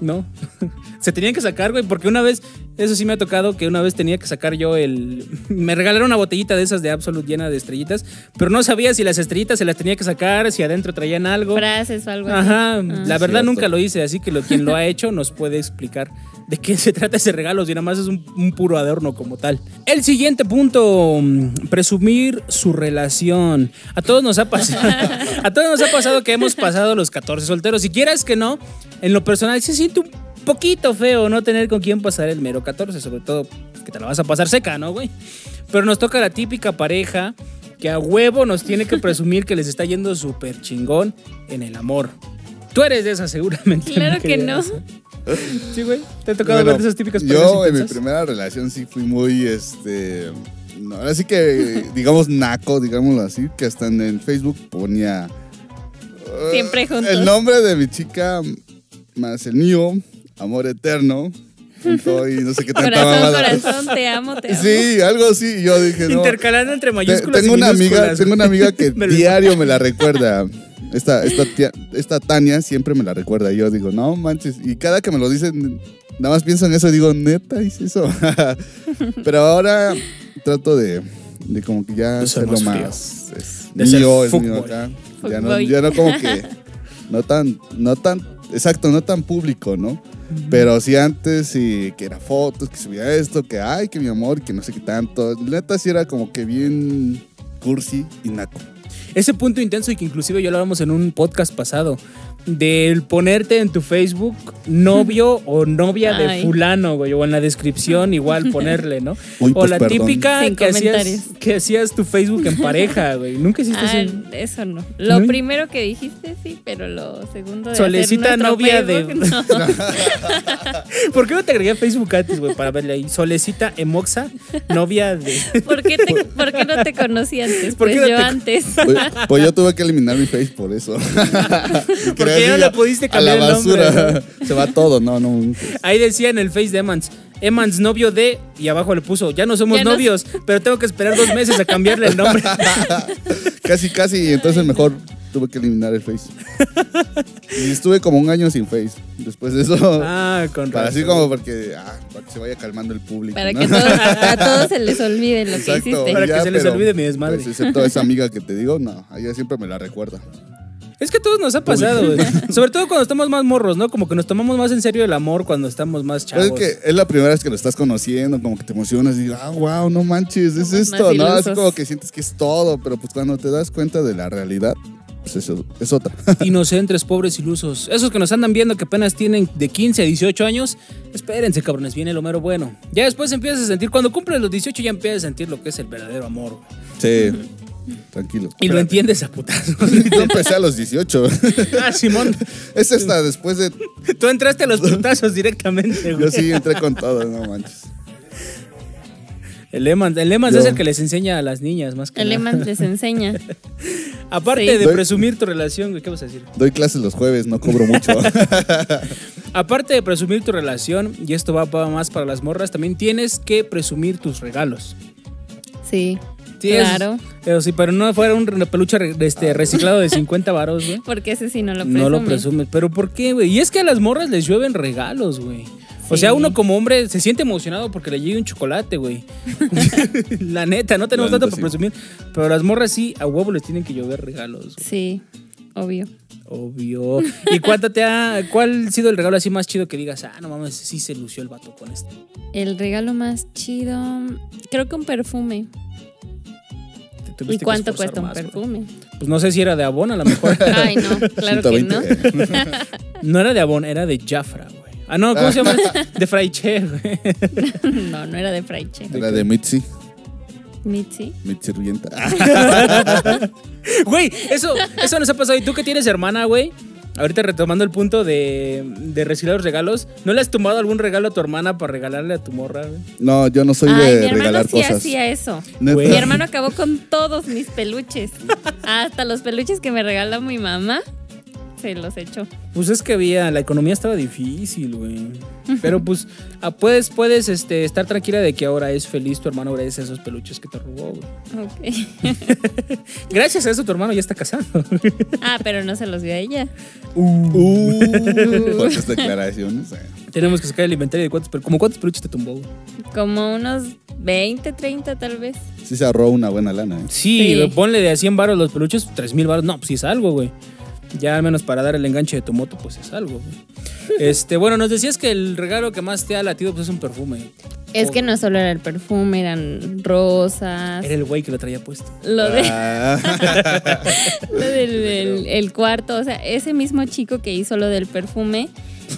[SPEAKER 1] No. Se tenían que sacar, güey, porque una vez, eso sí me ha tocado que una vez tenía que sacar yo el. Me regalaron una botellita de esas de Absolut llena de estrellitas, pero no sabía si las estrellitas se las tenía que sacar, si adentro traían algo.
[SPEAKER 3] Frases o algo así. Ah.
[SPEAKER 1] Ajá, la verdad
[SPEAKER 2] Cierto.
[SPEAKER 1] nunca lo hice, así que lo, quien lo ha hecho nos puede explicar de qué se trata ese regalo, si nada más es un, un puro adorno como tal. El siguiente punto, mm, presumir su relación. A todos nos ha pasado, a todos nos ha pasado que hemos pasado los 14 solteros. Si quieras que no, en lo personal se siente un poquito feo no tener con quién pasar el mero 14, sobre todo que te la vas a pasar seca, ¿no, güey? Pero nos toca la típica pareja que a huevo nos tiene que presumir que les está yendo súper chingón en el amor. Tú eres de esas seguramente. mi
[SPEAKER 3] Claro que
[SPEAKER 1] querida
[SPEAKER 3] no.
[SPEAKER 1] Elsa. Sí, güey. Te ha tocado ver
[SPEAKER 2] Bueno,
[SPEAKER 1] de esas típicas
[SPEAKER 2] Yo en mi
[SPEAKER 1] intensas?
[SPEAKER 2] primera relación sí fui muy, este... no, ahora sí que, digamos, naco, digámoslo así, que hasta en el Facebook ponía... eh,
[SPEAKER 3] Siempre juntos.
[SPEAKER 2] El nombre de mi chica más el mío, amor eterno, junto y no sé qué tanta
[SPEAKER 3] Corazón,
[SPEAKER 2] mamada.
[SPEAKER 3] corazón, te amo, te amo.
[SPEAKER 2] Sí, algo así. y Yo dije, no.
[SPEAKER 1] Intercalando entre
[SPEAKER 2] Te-
[SPEAKER 1] mayúsculas
[SPEAKER 2] tengo
[SPEAKER 1] y
[SPEAKER 2] una
[SPEAKER 1] minúsculas,
[SPEAKER 2] amiga,
[SPEAKER 1] güey.
[SPEAKER 2] tengo una amiga que
[SPEAKER 1] Me lo-
[SPEAKER 2] diario me la recuerda. Esta, esta, tía- esta Tania siempre me la recuerda. Y yo digo, no manches. Y cada que me lo dicen, nada más pienso en eso y digo, neta, hice eso. Pero ahora trato de, de como que ya
[SPEAKER 1] De ser
[SPEAKER 2] hacerlo
[SPEAKER 1] más
[SPEAKER 2] más. Es
[SPEAKER 1] De ser
[SPEAKER 2] mío, es mío
[SPEAKER 1] fuckboy.
[SPEAKER 2] acá.
[SPEAKER 1] Pues
[SPEAKER 2] Ya no,
[SPEAKER 3] Fuckboy.
[SPEAKER 2] ya no como que. No tan, no tan, exacto, no tan público, ¿no? Pero sí antes, sí, que era fotos, que subía esto, que ay, que mi amor, que no sé qué tanto. Neta, sí era como que bien cursi y naco.
[SPEAKER 1] ese punto intenso y que inclusive ya lo hablamos en un podcast pasado, del ponerte en tu Facebook novio o novia de
[SPEAKER 3] Ay.
[SPEAKER 1] fulano, güey, o en la descripción igual ponerle, ¿no?
[SPEAKER 2] Uy,
[SPEAKER 1] o
[SPEAKER 2] pues,
[SPEAKER 1] la
[SPEAKER 2] perdón.
[SPEAKER 1] típica
[SPEAKER 3] Sin
[SPEAKER 1] que hacías,
[SPEAKER 3] comentarios.
[SPEAKER 1] que hacías tu Facebook en pareja, güey. Nunca hiciste
[SPEAKER 3] Ah,
[SPEAKER 1] así.
[SPEAKER 3] eso no. Lo
[SPEAKER 1] ¿No?
[SPEAKER 3] primero que dijiste, sí, pero lo segundo de
[SPEAKER 1] Solecita
[SPEAKER 3] hacer nuestro
[SPEAKER 1] novia de-
[SPEAKER 3] Facebook, no.
[SPEAKER 1] ¿Por qué no te agregué a Facebook antes, güey? Para verle ahí. Solecita Emoxa, novia de.
[SPEAKER 3] ¿Por qué, te- por qué no te conocí antes?
[SPEAKER 1] ¿Por qué
[SPEAKER 3] Pues
[SPEAKER 1] no
[SPEAKER 3] yo
[SPEAKER 1] te-
[SPEAKER 3] antes.
[SPEAKER 2] Pues, pues yo tuve que eliminar mi face por eso.
[SPEAKER 1] Porque ya no le pudiste cambiar
[SPEAKER 2] A la
[SPEAKER 1] el nombre,
[SPEAKER 2] basura. Se va todo, no, no. un-
[SPEAKER 1] Ahí decía en el Face de Emmans. Emmans, novio de. Y abajo le puso, ya no somos
[SPEAKER 3] Ya no-
[SPEAKER 1] novios, pero tengo que esperar dos meses a cambiarle el nombre.
[SPEAKER 2] Casi, casi. Entonces mejor tuve que eliminar el face. Y estuve como un año sin face. Después de eso.
[SPEAKER 1] ah, con
[SPEAKER 2] para
[SPEAKER 1] razón.
[SPEAKER 2] así como porque, ah, para que se vaya calmando el público.
[SPEAKER 3] Para
[SPEAKER 2] ¿no?
[SPEAKER 3] que todos- a todos se les olvide lo que
[SPEAKER 2] Exacto.
[SPEAKER 3] hiciste.
[SPEAKER 1] Para que
[SPEAKER 2] ya,
[SPEAKER 1] se les
[SPEAKER 2] pero,
[SPEAKER 1] olvide mi desmadre.
[SPEAKER 2] pues, excepto esa amiga que te digo, no, ella siempre me la recuerda.
[SPEAKER 1] Es que a todos nos ha pasado, güey. Sobre todo cuando estamos más morros, ¿no? Como que nos tomamos más en serio el amor cuando estamos más
[SPEAKER 2] Pero
[SPEAKER 1] chavos.
[SPEAKER 2] es que es la primera vez que lo estás conociendo, como que te emocionas y dices, ah, wow, no manches, es
[SPEAKER 3] Somos
[SPEAKER 2] esto,
[SPEAKER 3] más
[SPEAKER 2] ¿no? Es
[SPEAKER 3] ilusos.
[SPEAKER 2] como que sientes que es todo, pero pues cuando te das cuenta de la realidad, pues eso es otra.
[SPEAKER 1] Inocentes, pobres ilusos. Esos que nos andan viendo que apenas tienen de 15 a 18 años, espérense, cabrones, viene lo mero bueno. Ya después empiezas a sentir, cuando cumples los 18 ya empiezas a sentir lo que es el verdadero amor. güey.
[SPEAKER 2] Sí, tranquilo.
[SPEAKER 1] Y lo entiendes a putazos.
[SPEAKER 2] Yo empecé a los 18.
[SPEAKER 1] ah, Simón,
[SPEAKER 2] es esta, después de.
[SPEAKER 1] tú entraste a los putazos directamente, güey.
[SPEAKER 2] Yo sí entré con todo, no manches.
[SPEAKER 1] El Lemans, el Lemans
[SPEAKER 2] Yo.
[SPEAKER 1] es el que les enseña a las niñas más que
[SPEAKER 3] El
[SPEAKER 1] nada.
[SPEAKER 3] Eman les enseña.
[SPEAKER 1] Aparte
[SPEAKER 3] Sí.
[SPEAKER 1] de
[SPEAKER 2] Doy-
[SPEAKER 1] presumir tu relación, güey, ¿qué vas a decir?
[SPEAKER 2] Doy clases los jueves, no cobro mucho.
[SPEAKER 1] Aparte de presumir tu relación, y esto va para más para las morras, también tienes que presumir tus regalos.
[SPEAKER 3] Sí.
[SPEAKER 1] Sí, es-
[SPEAKER 3] claro.
[SPEAKER 1] pero si pero no fuera un re- peluche re- este, reciclado de 50 varos, güey.
[SPEAKER 3] Porque ese sí no lo presume.
[SPEAKER 1] No lo presumes. Pero ¿por qué, güey? Y es que a las morras les llueven regalos, güey. O
[SPEAKER 3] Sí.
[SPEAKER 1] sea, uno como hombre se siente emocionado porque le llegue un chocolate, güey. la neta, no tenemos
[SPEAKER 2] La
[SPEAKER 1] tanto para
[SPEAKER 2] neta, sí.
[SPEAKER 1] presumir. Pero las morras sí, a huevo les tienen que llover regalos, güey.
[SPEAKER 3] Sí, obvio.
[SPEAKER 1] Obvio. ¿Y cuánto te ha, cuál ha sido el regalo así más chido que digas, ah, no mames, sí se lució el vato con este?
[SPEAKER 3] El regalo más chido, creo que un perfume.
[SPEAKER 1] Te
[SPEAKER 3] ¿Y
[SPEAKER 1] tuviste que
[SPEAKER 3] cuánto
[SPEAKER 1] esforzar
[SPEAKER 3] cuesta un
[SPEAKER 1] más, güey.
[SPEAKER 3] perfume?
[SPEAKER 1] Pues no sé si era de Avon, a lo mejor.
[SPEAKER 3] Ay, no, claro que no.
[SPEAKER 2] 120.
[SPEAKER 1] no era de Avon, era de Jafra, güey. Ah, no, ¿cómo se llama? de Fraiche, güey.
[SPEAKER 3] No, no era de Fraiche.
[SPEAKER 2] Era de Mitzi,
[SPEAKER 3] Mitzi.
[SPEAKER 2] Mitzi Rienta.
[SPEAKER 1] Güey, eso, eso nos ha pasado. ¿Y tú que tienes hermana, güey? Ahorita retomando el punto de, de reciclar los regalos, ¿no le has tomado algún regalo a tu hermana para regalarle a tu morra, güey?
[SPEAKER 2] No, yo no soy
[SPEAKER 3] Ay, mi
[SPEAKER 2] de
[SPEAKER 3] hermano
[SPEAKER 2] regalar
[SPEAKER 3] sí
[SPEAKER 2] cosas.
[SPEAKER 3] hacía eso.
[SPEAKER 2] Neta.
[SPEAKER 1] Güey.
[SPEAKER 3] Mi hermano acabó con todos mis peluches. Hasta los peluches que me regaló mi mamá, se los echó.
[SPEAKER 1] Pues es que había, la economía estaba difícil, güey. Pero pues ah, puedes, puedes este, estar tranquila de que ahora es feliz tu hermano gracias a esos peluches que te robó, güey.
[SPEAKER 3] Ok.
[SPEAKER 1] Gracias a eso tu hermano ya está casado.
[SPEAKER 3] Ah, pero no se los dio a ella.
[SPEAKER 2] Uh, fuertes declaraciones. eh.
[SPEAKER 1] Tenemos que sacar el inventario de cuántos, pero como cuántos peluches te tumbó, güey.
[SPEAKER 3] Como unos 20, 30 tal vez.
[SPEAKER 2] Sí se ahorró una buena lana. eh.
[SPEAKER 1] Sí,
[SPEAKER 3] Sí.
[SPEAKER 1] güey, ponle de a 100 baros los peluches, 3000 baros. No, pues sí es algo, güey. Ya al menos para dar el enganche de tu moto, pues es algo, güey. Este, bueno, nos decías que el regalo que más te ha latido pues es un perfume.
[SPEAKER 3] Es que no solo era el perfume, eran rosas.
[SPEAKER 1] Era el güey que lo traía puesto.
[SPEAKER 3] Lo, de,
[SPEAKER 2] Ah.
[SPEAKER 3] lo del el- el cuarto, o sea, ese mismo chico que hizo lo del perfume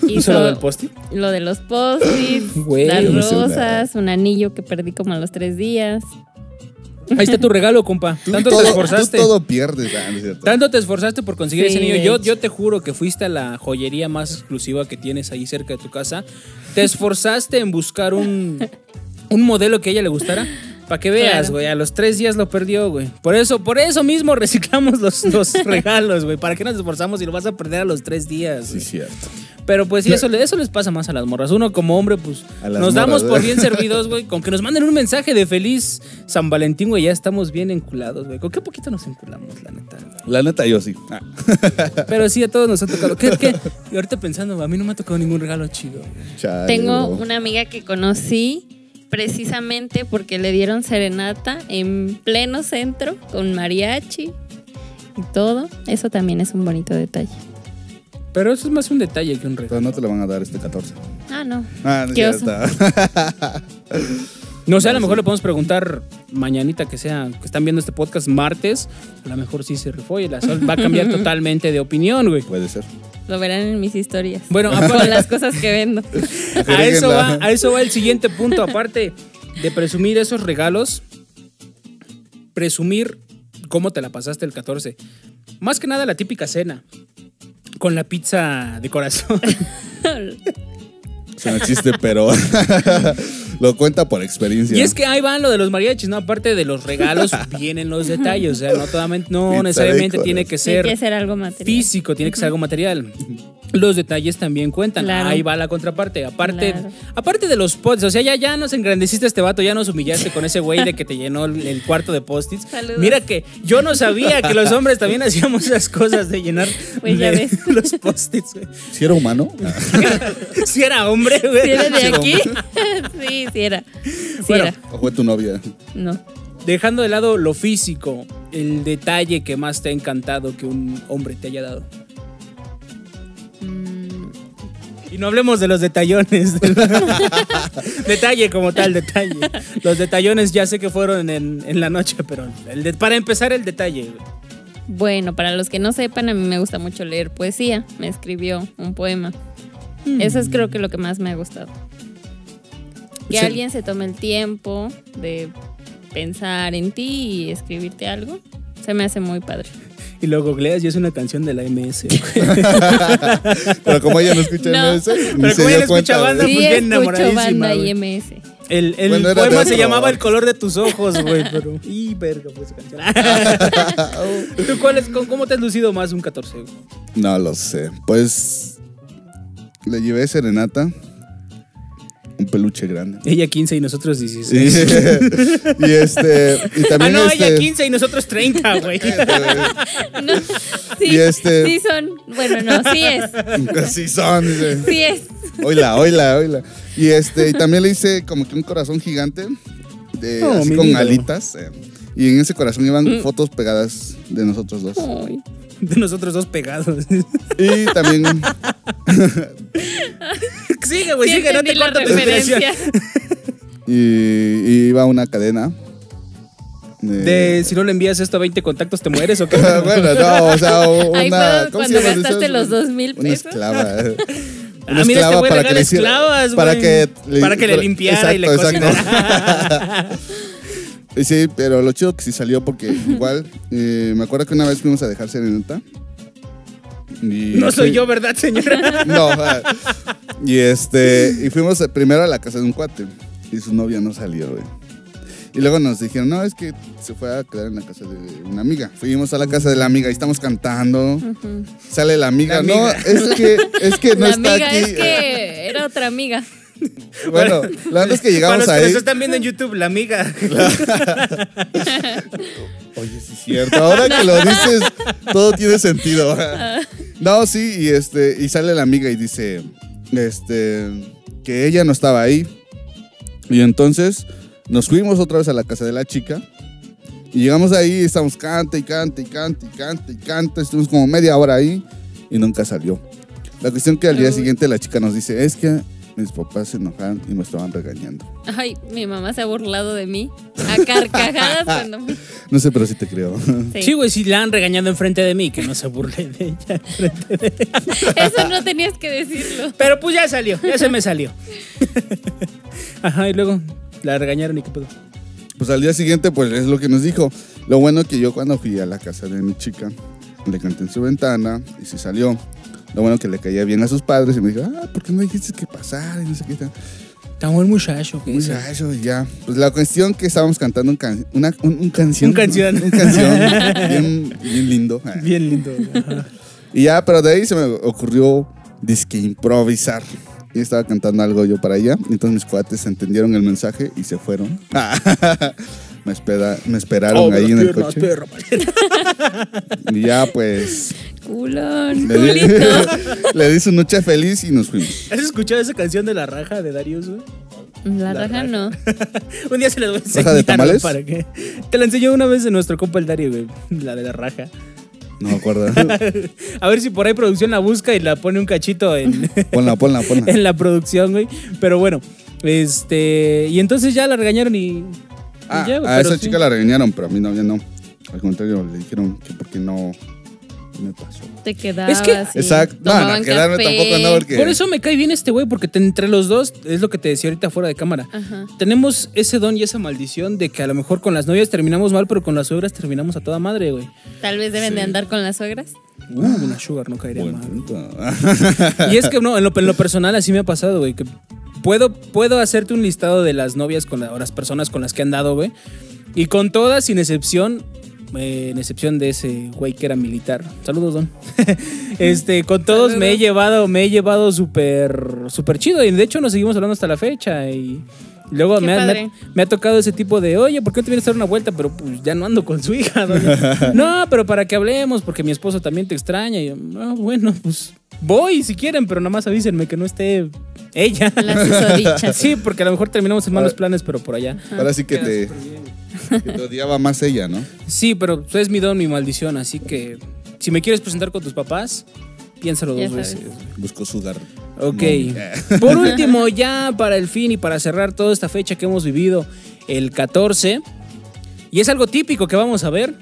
[SPEAKER 3] hizo
[SPEAKER 1] ¿Solo del post
[SPEAKER 3] lo de los post-its,
[SPEAKER 1] Güey.
[SPEAKER 3] las
[SPEAKER 2] No sé,
[SPEAKER 3] rosas, un anillo que perdí como a los tres días.
[SPEAKER 1] Ahí está tu regalo, compa.
[SPEAKER 2] Tú
[SPEAKER 1] Tanto
[SPEAKER 2] todo,
[SPEAKER 1] te esforzaste.
[SPEAKER 2] Tú todo pierdes. Ah, no es cierto.
[SPEAKER 1] Tanto te esforzaste por conseguir
[SPEAKER 3] Sí,
[SPEAKER 1] ese anillo.
[SPEAKER 3] de
[SPEAKER 1] Yo,
[SPEAKER 3] hecho.
[SPEAKER 1] yo te juro que fuiste a la joyería más exclusiva que tienes ahí cerca de tu casa. Te esforzaste en buscar un, un modelo que a ella le gustara. Para que veas,
[SPEAKER 3] Claro.
[SPEAKER 1] güey, a los tres días lo perdió, güey. Por eso, por eso mismo reciclamos los, los regalos, güey. ¿Para qué nos esforzamos si lo vas a perder a los tres días?
[SPEAKER 2] Sí,
[SPEAKER 1] güey?
[SPEAKER 2] es cierto.
[SPEAKER 1] Pero pues sí, eso, le- eso les pasa más a las morras. Uno como hombre, pues
[SPEAKER 2] A las
[SPEAKER 1] nos damos
[SPEAKER 2] morras,
[SPEAKER 1] por
[SPEAKER 2] ¿eh?
[SPEAKER 1] bien servidos, güey. Con que nos manden un mensaje de feliz San Valentín, güey, ya estamos bien enculados, güey. Con qué poquito nos enculamos, la neta, güey.
[SPEAKER 2] La neta, yo sí. Ah.
[SPEAKER 1] Pero sí, a todos nos ha tocado. ¿Qué, qué? Y ahorita pensando, a mí no me ha tocado ningún regalo chido.
[SPEAKER 2] Chale,
[SPEAKER 3] Tengo
[SPEAKER 2] bro.
[SPEAKER 3] una amiga que conocí precisamente porque le dieron serenata en pleno centro con mariachi y todo. Eso también es un bonito detalle.
[SPEAKER 1] Pero eso es más un detalle que un
[SPEAKER 2] Pero
[SPEAKER 1] regalo.
[SPEAKER 2] no te la van a dar este 14.
[SPEAKER 3] Ah, no.
[SPEAKER 2] Ah, no es
[SPEAKER 3] Qué oso.
[SPEAKER 2] cierto.
[SPEAKER 1] No sé, a lo mejor le podemos preguntar mañanita que sea, que están viendo este podcast martes, a lo mejor sí se refolle. La Sol va a cambiar totalmente de opinión, güey.
[SPEAKER 2] Puede ser.
[SPEAKER 3] Lo verán en mis historias.
[SPEAKER 1] Bueno,
[SPEAKER 3] con las cosas que vendo.
[SPEAKER 1] A eso, va,
[SPEAKER 2] Agréguenla.
[SPEAKER 1] a eso va el siguiente punto. Aparte de presumir esos regalos, presumir cómo te la pasaste el 14. Más que nada la típica cena. Con la pizza de corazón.
[SPEAKER 2] Es un chiste, pero lo cuenta por experiencia.
[SPEAKER 1] Y es que ahí van lo de los mariachis, ¿no? Aparte de los regalos, vienen los detalles. O sea, no, todamen- no
[SPEAKER 2] Pizza de
[SPEAKER 1] necesariamente
[SPEAKER 2] corazón.
[SPEAKER 1] tiene que
[SPEAKER 3] Tiene
[SPEAKER 1] ser
[SPEAKER 3] que ser algo material.
[SPEAKER 1] físico, tiene que ser algo material. Los detalles también cuentan.
[SPEAKER 3] Claro.
[SPEAKER 1] Ahí va la contraparte. Aparte,
[SPEAKER 3] Claro.
[SPEAKER 1] aparte de los posts, o sea, ya, ya nos engrandeciste a este vato, ya nos humillaste con ese güey de que te llenó el, el cuarto de post-its.
[SPEAKER 3] Saludos.
[SPEAKER 1] Mira que yo no sabía que los hombres también hacíamos esas cosas de llenar
[SPEAKER 3] Pues ya
[SPEAKER 1] de-
[SPEAKER 3] ves.
[SPEAKER 1] los post-its. güey.
[SPEAKER 2] Si era humano, ah,
[SPEAKER 1] Si era hombre, güey.
[SPEAKER 3] ¿Sí era de
[SPEAKER 1] Sí,
[SPEAKER 3] aquí?
[SPEAKER 1] hombre.
[SPEAKER 3] sí, sí era. Sí
[SPEAKER 1] Bueno.
[SPEAKER 3] era.
[SPEAKER 2] o fue tu novia.
[SPEAKER 3] No.
[SPEAKER 1] Dejando de lado lo físico, el detalle que más te ha encantado que un hombre te haya dado.
[SPEAKER 3] Mm,
[SPEAKER 1] Y no hablemos de los detallones. detalle como tal, detalle. Los detallones ya sé que fueron en, en la noche, pero el de- para empezar el detalle.
[SPEAKER 3] Bueno, para los que no sepan, a mí me gusta mucho leer poesía. Me escribió un poema. Eso es creo que lo que más me ha gustado. Que
[SPEAKER 1] Sí.
[SPEAKER 3] alguien se tome el tiempo de pensar en ti y escribirte algo. Se me hace muy padre.
[SPEAKER 1] Y lo googleas y es una canción de la MS. güey.
[SPEAKER 2] Pero como ella no escucha
[SPEAKER 3] No.
[SPEAKER 2] MS, ni
[SPEAKER 1] Pero
[SPEAKER 2] se
[SPEAKER 1] como
[SPEAKER 2] dio
[SPEAKER 1] ella no escucha
[SPEAKER 2] cuenta,
[SPEAKER 1] banda,
[SPEAKER 2] ¿verdad?
[SPEAKER 1] pues,
[SPEAKER 3] Sí,
[SPEAKER 1] bien
[SPEAKER 3] escucho
[SPEAKER 1] enamoradísima,
[SPEAKER 3] banda
[SPEAKER 1] güey.
[SPEAKER 3] y MS.
[SPEAKER 1] El, el
[SPEAKER 2] Bueno, era de
[SPEAKER 1] poema se
[SPEAKER 2] otro.
[SPEAKER 1] llamaba El color de tus ojos, güey, pero... Y verga, pues canción. ¿Tú cuál es, con- cómo te has lucido más un 14? güey?
[SPEAKER 2] No lo sé. Pues le llevé serenata, un peluche grande.
[SPEAKER 1] Ella 15 y nosotros 16.
[SPEAKER 2] Y, y este y
[SPEAKER 1] Ah,
[SPEAKER 2] también
[SPEAKER 1] no, ella
[SPEAKER 2] este, eh,
[SPEAKER 1] 15 y nosotros 30, güey.
[SPEAKER 3] No, sí,
[SPEAKER 2] Y este-
[SPEAKER 3] sí son. Bueno, no, sí es.
[SPEAKER 2] Así son. dice.
[SPEAKER 3] Sí es.
[SPEAKER 2] Oila, oila, oila. Y este, y también le hice como que un corazón gigante de,
[SPEAKER 1] Oh,
[SPEAKER 2] así
[SPEAKER 1] mi
[SPEAKER 2] con
[SPEAKER 1] vida.
[SPEAKER 2] alitas. eh, y en ese corazón iban
[SPEAKER 1] Mm.
[SPEAKER 2] fotos pegadas de nosotros dos.
[SPEAKER 1] Oh.
[SPEAKER 3] Ay,
[SPEAKER 1] De nosotros dos pegados.
[SPEAKER 2] Y también
[SPEAKER 1] Sigue,
[SPEAKER 2] Pues
[SPEAKER 1] güey,
[SPEAKER 3] sí
[SPEAKER 1] sigue, no
[SPEAKER 3] entendí
[SPEAKER 1] te
[SPEAKER 3] la
[SPEAKER 1] corto tu inspiración.
[SPEAKER 2] y, y iba una cadena.
[SPEAKER 1] De si no le envías esto a 20 contactos, ¿te mueres o qué?
[SPEAKER 2] bueno, no, o sea, una.
[SPEAKER 3] Ahí fue
[SPEAKER 2] ¿cómo se
[SPEAKER 3] cuando
[SPEAKER 2] llaman
[SPEAKER 3] gastaste
[SPEAKER 2] esas?
[SPEAKER 3] los dos mil
[SPEAKER 2] Una
[SPEAKER 3] pesos.
[SPEAKER 2] esclava. eh. Una
[SPEAKER 1] Ah, mira, este
[SPEAKER 2] esclava
[SPEAKER 1] güey
[SPEAKER 2] para
[SPEAKER 1] regala
[SPEAKER 2] que le hiciera-
[SPEAKER 1] esclavas,
[SPEAKER 2] para
[SPEAKER 1] güey.
[SPEAKER 2] que le,
[SPEAKER 1] Para que le
[SPEAKER 2] para-
[SPEAKER 1] limpiara y le
[SPEAKER 2] exacto, exacto.
[SPEAKER 1] cocinara.
[SPEAKER 2] Y Sí, pero lo chido que sí salió porque igual eh, me acuerdo que una vez fuimos a dejar serenata. y-
[SPEAKER 1] No soy yo, ¿verdad, señora?
[SPEAKER 2] No. ah, Y este y fuimos primero a la casa de un cuate y su novia no salió, güey. Y luego nos dijeron, no, es que se fue a quedar en la casa de una amiga. Fuimos a la casa de la amiga y estamos cantando. Sale la amiga,
[SPEAKER 1] La
[SPEAKER 2] no,
[SPEAKER 1] amiga.
[SPEAKER 2] es que, es que no
[SPEAKER 3] la
[SPEAKER 2] está
[SPEAKER 3] amiga
[SPEAKER 2] aquí.
[SPEAKER 3] es que era otra amiga.
[SPEAKER 2] Bueno, la verdad es que
[SPEAKER 1] Para los
[SPEAKER 2] llegamos
[SPEAKER 1] que
[SPEAKER 2] ahí.
[SPEAKER 1] nos están viendo en YouTube, la amiga.
[SPEAKER 2] Oye, sí es cierto. Ahora que lo dices, todo tiene sentido. No, sí, y este, y sale la amiga y dice, este, que ella no estaba ahí. Y entonces nos fuimos otra vez a la casa de la chica. Y llegamos ahí, y estamos cante y cante y cante y cante y cante. Estuvimos como media hora ahí y nunca salió. La cuestión que al día
[SPEAKER 3] Uy.
[SPEAKER 2] siguiente la chica nos dice, es que mis papás se enojaron y me estaban regañando.
[SPEAKER 3] Ay, mi mamá se ha burlado de mí. A carcajadas cuando me-
[SPEAKER 2] No sé, pero sí te creo.
[SPEAKER 3] Sí.
[SPEAKER 1] Sí, güey, sí la han regañado enfrente de mí, que no se burle de ella.
[SPEAKER 3] Eso no tenías que decirlo.
[SPEAKER 1] Pero pues ya salió, ya se me salió. Ajá, y luego la regañaron y qué pedo.
[SPEAKER 2] Pues al día siguiente, pues es lo que nos dijo. Lo bueno que yo cuando fui a la casa de mi chica, le canté en su ventana y se salió. Lo bueno que le caía bien a sus padres y me dijo, ah, ¿por qué no dijiste que pasara? Y no sé qué tal.
[SPEAKER 1] Tan buen muchacho que
[SPEAKER 2] Muy
[SPEAKER 1] es.
[SPEAKER 2] rayo y ya. Pues la cuestión que estábamos cantando un can- una un, un canción.
[SPEAKER 1] Un canción.
[SPEAKER 2] Un canción. bien, bien lindo.
[SPEAKER 1] Bien lindo. ajá.
[SPEAKER 2] Y ya, pero de ahí se me ocurrió disque improvisar. Y estaba cantando algo yo para ella. Entonces mis cuates entendieron el mensaje y se fueron. me, espera, me esperaron
[SPEAKER 1] Oh,
[SPEAKER 2] ahí en el
[SPEAKER 1] piernas,
[SPEAKER 2] coche.
[SPEAKER 1] perro.
[SPEAKER 2] Y ya pues
[SPEAKER 3] Culón,
[SPEAKER 2] le di,
[SPEAKER 3] culito.
[SPEAKER 2] le di su noche feliz y nos fuimos.
[SPEAKER 1] ¿Has escuchado esa canción de La Raja de Darius, güey?
[SPEAKER 3] La
[SPEAKER 1] La raja.
[SPEAKER 3] raja no.
[SPEAKER 1] Un día se les voy a
[SPEAKER 2] ¿Raja de
[SPEAKER 1] enseñar. güey,
[SPEAKER 2] tamales?
[SPEAKER 1] Para que... Te la enseñó una vez en nuestro compa el Dario, güey. La de la raja.
[SPEAKER 2] No me acuerdo.
[SPEAKER 1] A ver si por ahí producción la busca y la pone un cachito en,
[SPEAKER 2] Ponla, ponla, ponla.
[SPEAKER 1] en la producción, güey. Pero bueno, este. Y entonces ya la regañaron y.
[SPEAKER 2] Ah,
[SPEAKER 1] ya, güey,
[SPEAKER 2] a
[SPEAKER 1] pero
[SPEAKER 2] esa
[SPEAKER 1] sí.
[SPEAKER 2] chica la regañaron, pero a mi novia no. Al contrario, le dijeron que porque no me pasó.
[SPEAKER 3] Te quedabas. y
[SPEAKER 2] Exacto. No,
[SPEAKER 3] tomaban
[SPEAKER 2] no, quedarme
[SPEAKER 3] café.
[SPEAKER 2] tampoco no, porque.
[SPEAKER 1] Por eso me cae bien este güey, porque te- entre los dos, es lo que te decía ahorita fuera de cámara.
[SPEAKER 3] Ajá.
[SPEAKER 1] Tenemos ese don y esa maldición de que a lo mejor con las novias terminamos mal, pero con las suegras terminamos a toda madre, güey.
[SPEAKER 3] Tal vez deben de andar con las suegras.
[SPEAKER 1] Uh, una sugar no caería
[SPEAKER 2] Buen
[SPEAKER 1] mal.
[SPEAKER 2] punto.
[SPEAKER 1] Y es que no, en lo, en lo personal así me ha pasado, güey. Que puedo, puedo hacerte un listado de las novias con la- o las personas con las que han dado, güey. Y con todas, sin excepción, eh, en excepción de ese güey que era militar. Saludos, Don. este, con todos me he
[SPEAKER 3] Saludos.
[SPEAKER 1] llevado, me he llevado súper, súper chido. Y de hecho nos seguimos hablando hasta la fecha. Y luego
[SPEAKER 3] Qué
[SPEAKER 1] me ha, me ha-
[SPEAKER 3] padre.
[SPEAKER 1] me ha tocado ese tipo de, oye, ¿por qué no te vienes a dar una vuelta? Pero pues ya no ando con su hija. doña". no, pero para que hablemos, porque mi esposo también te extraña. Y yo, "Ah, bueno, pues voy si quieren, pero nada más avísenme que no esté ella.
[SPEAKER 3] Las susodichas.
[SPEAKER 1] sí, porque a lo mejor terminamos en malos planes, pero por allá.
[SPEAKER 2] Ahora sí que te, que te odiaba más ella, ¿no?
[SPEAKER 1] Sí, pero pues, es mi don, mi maldición, así que si me quieres presentar con tus papás, piénsalo
[SPEAKER 3] Ya
[SPEAKER 1] dos
[SPEAKER 3] sabes.
[SPEAKER 1] veces.
[SPEAKER 2] Buscó sugar.
[SPEAKER 1] Ok.
[SPEAKER 2] mommy.
[SPEAKER 1] Por último, ya para el fin y para cerrar toda esta fecha que hemos vivido, el 14, y es algo típico que vamos a ver,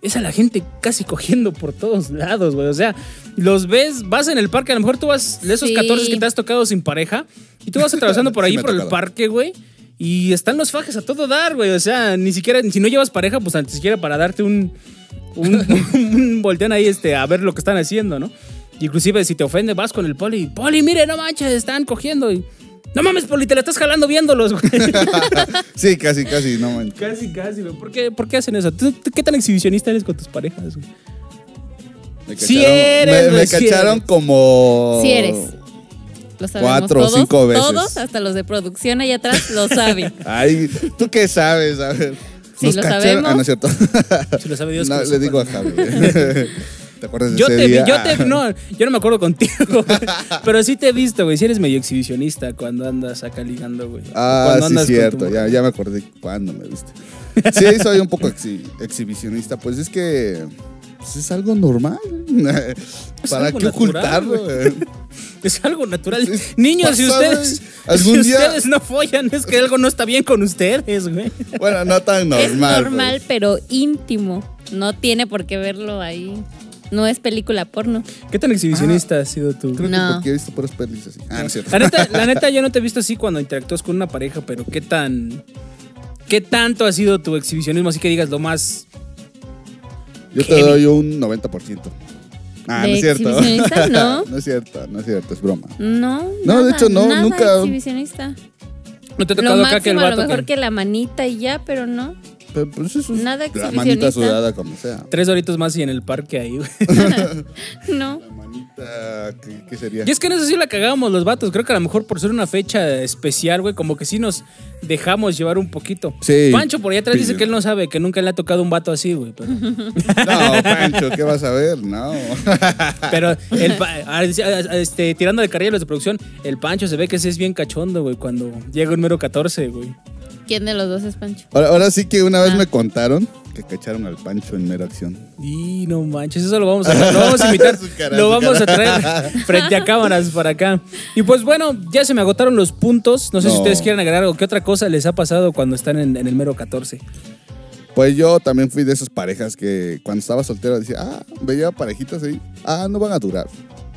[SPEAKER 1] es a la gente casi cogiendo por todos lados, güey. O sea, los ves, vas en el parque, a lo mejor tú vas, de esos
[SPEAKER 3] Sí.
[SPEAKER 1] 14 que te has tocado sin pareja, y tú vas atravesando por
[SPEAKER 2] Sí
[SPEAKER 1] ahí,
[SPEAKER 2] me ha
[SPEAKER 1] por el
[SPEAKER 2] tocado.
[SPEAKER 1] parque, güey. Y están los fajes a todo dar, güey. O sea, ni siquiera, si no llevas pareja, pues ni siquiera para darte un, un, un volteón ahí este, a ver lo que están haciendo, ¿no? Inclusive si te ofende vas con el poli, poli, mire, no manches, están cogiendo y... No mames, poli, te la estás jalando viéndolos, güey.
[SPEAKER 2] Sí, casi, casi, no man.
[SPEAKER 1] casi, casi, güey. ¿Por qué, por qué hacen eso? ¿Tú- tú ¿Qué tan exhibicionista eres con tus parejas, güey?
[SPEAKER 2] Me
[SPEAKER 1] Sí
[SPEAKER 2] cacharon-
[SPEAKER 1] eres,
[SPEAKER 2] me- me
[SPEAKER 1] güey, sí
[SPEAKER 2] cacharon
[SPEAKER 1] eres.
[SPEAKER 2] como.
[SPEAKER 3] Sí eres. Lo sabemos
[SPEAKER 2] Cuatro o
[SPEAKER 3] todos,
[SPEAKER 2] cinco veces.
[SPEAKER 3] Todos, hasta los de producción allá atrás, lo saben.
[SPEAKER 2] Ay, ¿tú qué sabes? A ver.
[SPEAKER 3] Sí, lo
[SPEAKER 2] cacharon- Ah, no es cierto.
[SPEAKER 1] Si lo sabe Dios.
[SPEAKER 2] No,
[SPEAKER 1] que lo
[SPEAKER 2] le
[SPEAKER 1] sepa.
[SPEAKER 2] digo a Javi. ¿Te acuerdas de
[SPEAKER 1] Yo
[SPEAKER 2] ese
[SPEAKER 1] te vi,
[SPEAKER 2] día?
[SPEAKER 1] yo te
[SPEAKER 2] Ah.
[SPEAKER 1] no, yo no me acuerdo contigo, güey, pero sí te he visto, güey. Si eres medio exhibicionista cuando andas acá ligando, güey.
[SPEAKER 2] Ah,
[SPEAKER 1] Cuando
[SPEAKER 2] sí,
[SPEAKER 1] andas con tu
[SPEAKER 2] cierto.
[SPEAKER 1] morra.
[SPEAKER 2] Ya, ya me acordé cuándo me viste. Sí, soy un poco exhi- exhibicionista. Pues es que pues es algo normal. ¿Para
[SPEAKER 1] algo
[SPEAKER 2] qué
[SPEAKER 1] natural,
[SPEAKER 2] ocultarlo?
[SPEAKER 1] Es algo natural.
[SPEAKER 2] Es
[SPEAKER 1] Niños, si
[SPEAKER 2] pasado,
[SPEAKER 1] ustedes,
[SPEAKER 2] güey. Algún
[SPEAKER 1] si
[SPEAKER 2] día-
[SPEAKER 1] ustedes no follan, es que algo no está bien con ustedes, güey.
[SPEAKER 2] bueno, no tan normal.
[SPEAKER 3] es normal,
[SPEAKER 2] pues.
[SPEAKER 3] pero íntimo. No tiene por qué verlo ahí. No es película porno.
[SPEAKER 1] ¿Qué tan exhibicionista has sido tú?
[SPEAKER 2] Creo
[SPEAKER 3] No.
[SPEAKER 2] que porque he visto puras pelis así. Ah, no es cierto.
[SPEAKER 1] La neta, la neta, yo no te he visto así cuando interactúas con una pareja, pero qué tan. ¿Qué tanto ha sido tu exhibicionismo? Así que digas lo más.
[SPEAKER 2] Yo te
[SPEAKER 1] heavy.
[SPEAKER 2] doy un 90%. Ah, no
[SPEAKER 3] ¿De
[SPEAKER 2] es cierto.
[SPEAKER 3] exhibicionista? No.
[SPEAKER 2] no es cierto, no es cierto, es broma.
[SPEAKER 3] No,
[SPEAKER 2] No, de
[SPEAKER 3] nada,
[SPEAKER 2] hecho, no,
[SPEAKER 3] nada
[SPEAKER 2] nunca.
[SPEAKER 3] exhibicionista.
[SPEAKER 1] No te ha
[SPEAKER 3] Lo
[SPEAKER 1] tocado acá
[SPEAKER 3] máximo,
[SPEAKER 1] que el
[SPEAKER 3] a lo
[SPEAKER 1] vato.
[SPEAKER 3] mejor
[SPEAKER 1] que-
[SPEAKER 3] que la manita y ya, pero no.
[SPEAKER 2] Pero, pues eso es
[SPEAKER 3] Nada
[SPEAKER 2] la manita
[SPEAKER 3] exhibicionista.
[SPEAKER 2] sudada como sea.
[SPEAKER 1] Tres horitos más y en el parque ahí, güey.
[SPEAKER 3] No.
[SPEAKER 2] La manita, ¿qué, qué sería?
[SPEAKER 1] Y es que en eso sí la cagamos los vatos. Creo que a lo mejor por ser una fecha especial, güey, como que sí nos dejamos llevar un poquito.
[SPEAKER 2] Sí.
[SPEAKER 1] Pancho por allá atrás dice
[SPEAKER 2] Sí.
[SPEAKER 1] que él no sabe, que nunca le ha tocado un vato así, güey. Pero,
[SPEAKER 2] No, Pancho, ¿qué vas a ver? No.
[SPEAKER 1] pero el pa- a- a- a- este, tirando de carrera los de producción, el Pancho se ve que sí es bien cachondo, güey, cuando llega un mero 14, güey.
[SPEAKER 3] ¿Quién de los dos es Pancho?
[SPEAKER 2] Ahora, ahora sí que una vez
[SPEAKER 3] Ah.
[SPEAKER 2] me contaron que cacharon al Pancho en mera acción.
[SPEAKER 1] Y no manches, eso lo vamos a, lo vamos a invitar,
[SPEAKER 2] Su cara,
[SPEAKER 1] lo
[SPEAKER 2] su
[SPEAKER 1] vamos a
[SPEAKER 2] cara.
[SPEAKER 1] traer frente a cámaras para acá. Y pues bueno, ya se me agotaron los puntos. No sé si
[SPEAKER 2] No.
[SPEAKER 1] ustedes quieren agregar algo. ¿Qué otra cosa les ha pasado cuando están en, en el mero 14?
[SPEAKER 2] Pues yo también fui de esas parejas que cuando estaba soltero decía, ah, veía parejitas ahí, ah, no van a durar,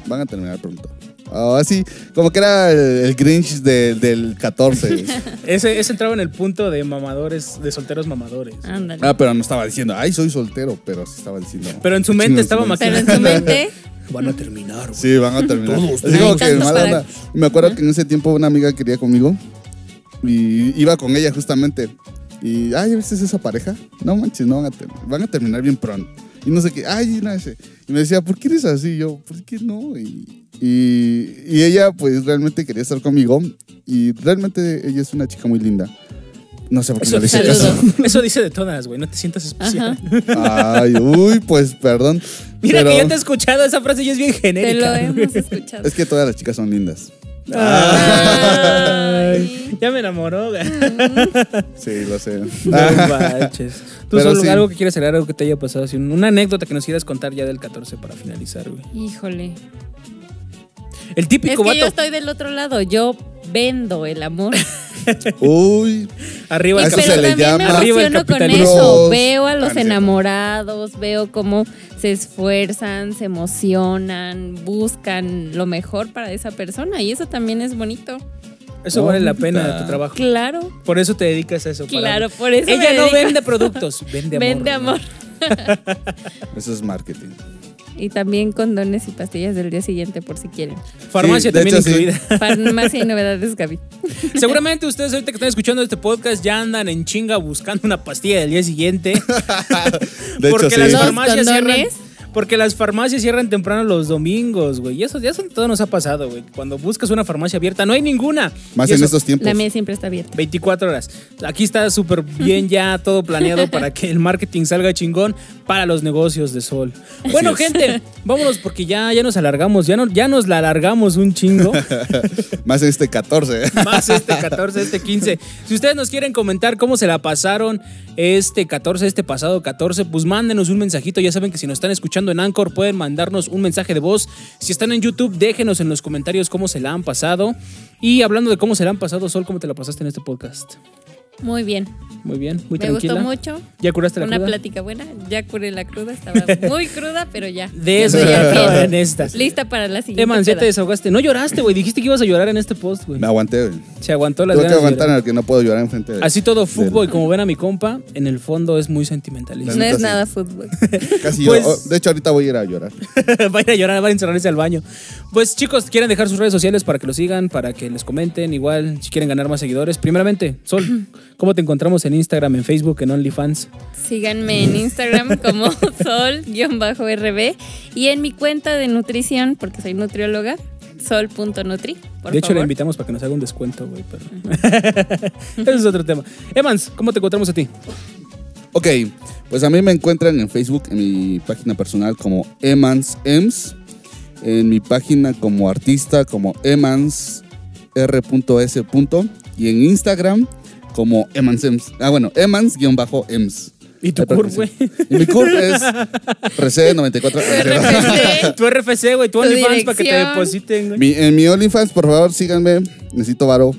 [SPEAKER 2] van a terminar pronto. O así, como que era el, el Grinch del, del 14.
[SPEAKER 1] Ese, ese entraba en el punto de mamadores, de solteros mamadores.
[SPEAKER 3] Ándale.
[SPEAKER 2] ah, pero no estaba diciendo, ay, soy soltero, pero sí estaba diciendo.
[SPEAKER 1] Pero en su mente
[SPEAKER 2] Chingo,
[SPEAKER 1] estaba
[SPEAKER 2] su mente.
[SPEAKER 3] Pero en su mente,
[SPEAKER 1] Van a terminar, güey.
[SPEAKER 2] Sí, van a terminar. Así
[SPEAKER 3] Ay,
[SPEAKER 2] como que
[SPEAKER 3] tanto
[SPEAKER 2] mala
[SPEAKER 3] para-
[SPEAKER 2] onda. Y Me acuerdo que en ese tiempo una amiga quería conmigo y iba con ella justamente. Y, ay, ¿ya viste esa pareja? No manches, no van a, ter- van a terminar bien pronto. Y no sé qué, ay, no sé. Y me decía, ¿por qué eres así? Y yo, ¿por qué no? Y, y- y ella, pues, realmente quería estar conmigo. Y realmente ella es una chica muy linda. No sé por qué
[SPEAKER 1] Eso
[SPEAKER 2] no le hice
[SPEAKER 1] dice,
[SPEAKER 3] Saludos.
[SPEAKER 2] caso.
[SPEAKER 1] eso dice de todas, güey. No te sientas especial.
[SPEAKER 2] Ay, uy, pues, perdón.
[SPEAKER 1] Mira
[SPEAKER 2] Pero
[SPEAKER 1] que ya te he escuchado esa frase y es bien
[SPEAKER 3] te lo
[SPEAKER 1] genérica.
[SPEAKER 3] hemos escuchado.
[SPEAKER 2] Es que todas las chicas son lindas.
[SPEAKER 1] Ay, ya me enamoró, güey.
[SPEAKER 3] Ah.
[SPEAKER 2] Sí, lo sé. Ah,
[SPEAKER 1] No manches. Tú
[SPEAKER 2] Pero
[SPEAKER 1] solo
[SPEAKER 2] sí.
[SPEAKER 1] algo que quieras agregar, algo que te haya pasado, así, una anécdota que nos quieras contar ya del 14 para finalizar, güey.
[SPEAKER 3] Híjole.
[SPEAKER 1] El
[SPEAKER 3] Es
[SPEAKER 1] típico
[SPEAKER 3] que yo
[SPEAKER 1] vato.
[SPEAKER 3] estoy del otro lado. Yo vendo el amor.
[SPEAKER 2] Uy,
[SPEAKER 1] Arriba
[SPEAKER 2] A
[SPEAKER 1] el
[SPEAKER 2] eso
[SPEAKER 3] Pero
[SPEAKER 2] se
[SPEAKER 1] capital.
[SPEAKER 2] le
[SPEAKER 3] también me
[SPEAKER 2] llama-
[SPEAKER 1] Arriba el
[SPEAKER 3] emociono con
[SPEAKER 1] capitalismo.
[SPEAKER 3] eso.
[SPEAKER 2] Bros.
[SPEAKER 3] Veo a
[SPEAKER 2] Ah, no es
[SPEAKER 3] los
[SPEAKER 2] cierto.
[SPEAKER 3] enamorados, veo cómo se esfuerzan, se emocionan, buscan lo mejor para esa persona y eso también es bonito.
[SPEAKER 1] Eso vale la pena de tu trabajo.
[SPEAKER 3] Claro,
[SPEAKER 1] Por eso te dedicas a eso. para-
[SPEAKER 3] claro, por eso
[SPEAKER 1] Ella
[SPEAKER 3] me
[SPEAKER 1] no
[SPEAKER 3] dedico-
[SPEAKER 1] vende productos, vende amor.
[SPEAKER 3] Vende amor.
[SPEAKER 2] eso es marketing.
[SPEAKER 3] Y también condones y pastillas del día siguiente por si quieren.
[SPEAKER 1] Farmacia
[SPEAKER 2] Sí, de
[SPEAKER 1] también
[SPEAKER 2] hecho, sí.
[SPEAKER 1] incluida.
[SPEAKER 3] Farmacia y novedades, Gaby.
[SPEAKER 1] Seguramente ustedes ahorita que están escuchando este podcast ya andan en chinga buscando una pastilla del día siguiente.
[SPEAKER 2] De
[SPEAKER 1] porque
[SPEAKER 2] hecho, sí.
[SPEAKER 1] las
[SPEAKER 3] Los
[SPEAKER 1] farmacias cierran.
[SPEAKER 3] condones.
[SPEAKER 1] Porque las farmacias cierran temprano los domingos, güey. Y eso ya eso todo nos ha pasado, güey. Cuando buscas una farmacia abierta, no hay ninguna.
[SPEAKER 2] Más
[SPEAKER 1] Y
[SPEAKER 2] en
[SPEAKER 1] eso,
[SPEAKER 2] estos tiempos.
[SPEAKER 3] La mía siempre está abierta.
[SPEAKER 1] 24 horas. Aquí está súper bien ya todo planeado para que el marketing salga chingón para los negocios de Sol. Bueno,
[SPEAKER 2] es.
[SPEAKER 1] gente, vámonos porque ya, ya nos alargamos, ya, no, ya nos la alargamos un chingo.
[SPEAKER 2] Más en este 14.
[SPEAKER 1] Más este 14, este 15. Si ustedes nos quieren comentar cómo se la pasaron este 14, este pasado 14, pues mándenos un mensajito. Ya saben que si nos están escuchando en Anchor pueden mandarnos un mensaje de voz. Si están en YouTube, déjenos en los comentarios cómo se la han pasado. Y hablando de cómo se la han pasado, Sol, ¿cómo te la pasaste en este podcast?
[SPEAKER 3] Muy bien.
[SPEAKER 1] Muy bien, muy
[SPEAKER 3] me
[SPEAKER 1] tranquila.
[SPEAKER 3] gustó mucho.
[SPEAKER 1] ¿Ya curaste la
[SPEAKER 3] Una
[SPEAKER 1] cruda?
[SPEAKER 3] plática buena. Ya curé la cruda. Estaba muy cruda, pero ya.
[SPEAKER 1] De eso
[SPEAKER 3] estoy
[SPEAKER 1] ya
[SPEAKER 3] aquí.
[SPEAKER 1] estaba en estas.
[SPEAKER 3] Lista para la siguiente.
[SPEAKER 1] Eman, ya te
[SPEAKER 3] peda.
[SPEAKER 1] desahogaste. No lloraste, güey. Dijiste que ibas a llorar en este post, güey.
[SPEAKER 2] Me aguanté, güey.
[SPEAKER 1] Se aguantó las
[SPEAKER 2] Tengo que
[SPEAKER 1] ganas de
[SPEAKER 2] aguantar en
[SPEAKER 1] llorar.
[SPEAKER 2] el que no puedo llorar enfrente de
[SPEAKER 1] Así todo fútbol,
[SPEAKER 2] del-
[SPEAKER 1] como ven a mi compa, en el fondo es muy
[SPEAKER 2] La
[SPEAKER 1] sentimentalista.
[SPEAKER 3] No
[SPEAKER 2] neta,
[SPEAKER 3] es
[SPEAKER 2] sí.
[SPEAKER 3] nada fútbol.
[SPEAKER 2] Casi
[SPEAKER 1] Pues-
[SPEAKER 2] lloro. Oh, De hecho, ahorita voy a ir a llorar.
[SPEAKER 1] va a ir a llorar, va a encerrarse al baño. Pues chicos, quieren dejar sus redes sociales para que lo sigan, para que les comenten, igual si quieren ganar más seguidores. Primeramente, Sol, ¿cómo te encontramos en Instagram, en Facebook, en OnlyFans?
[SPEAKER 3] Síganme en Instagram como sol-rb y en mi cuenta de nutrición, porque soy nutrióloga, sol.nutri. Por
[SPEAKER 1] de hecho, la
[SPEAKER 3] favor.
[SPEAKER 1] invitamos para que nos haga un descuento, güey, pero... Ese es otro tema. Evans, ¿cómo te encontramos a ti?
[SPEAKER 2] Ok, pues a mí me encuentran en Facebook, en mi página personal como Emans Ems, en mi página como artista como Emans R.S. y en Instagram como Emans Ems. Ah, bueno, Emans-Ems.
[SPEAKER 1] ¿Y tu
[SPEAKER 2] Ay, perdón,
[SPEAKER 1] curve, güey?
[SPEAKER 2] sí. Y mi curve es RC94.
[SPEAKER 3] RFC.
[SPEAKER 1] Tu RFC, güey, tu
[SPEAKER 3] Este, Tu
[SPEAKER 1] OnlyFans para que te
[SPEAKER 3] dirección.
[SPEAKER 1] depositen, güey.
[SPEAKER 2] Mi- en mi OnlyFans, por favor, síganme. Necesito varo.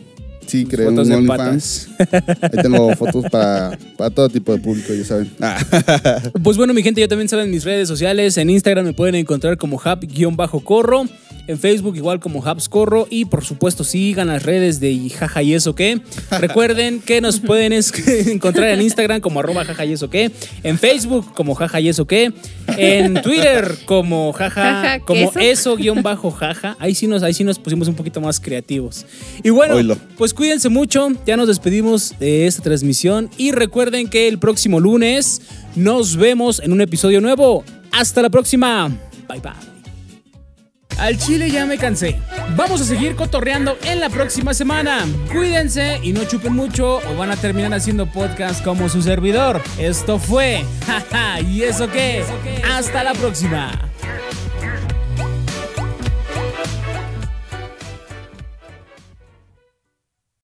[SPEAKER 2] Sí, creo un
[SPEAKER 1] Fotos de
[SPEAKER 2] OnlyFans.
[SPEAKER 1] patas.
[SPEAKER 2] Ahí tengo fotos para, para todo tipo de público, ya saben. Ah,
[SPEAKER 1] Pues bueno, mi gente, ya también saben mis redes sociales. En Instagram me pueden encontrar como hub-corro. En Facebook igual como Hubs Corro. Y por supuesto, sigan las redes de jaja y eso qué. Recuerden que nos pueden es- encontrar en Instagram como arroba jaja y eso qué. En Facebook como jaja y eso qué. En Twitter como jaja,
[SPEAKER 3] Jaja,
[SPEAKER 1] como
[SPEAKER 3] queso.
[SPEAKER 1] eso guión bajo jaja. Ahí sí, nos, ahí sí nos pusimos un poquito más creativos. Y bueno,
[SPEAKER 2] Oílo.
[SPEAKER 1] pues cuídense mucho. Ya nos despedimos de esta transmisión. Y recuerden que el próximo lunes nos vemos en un episodio nuevo. Hasta la próxima. Bye bye. Al chile ya me cansé. Vamos a seguir cotorreando en la próxima semana. Cuídense y no chupen mucho o van a terminar haciendo podcast como su servidor. Esto fue. Jaja, ¿y eso qué? Hasta la próxima.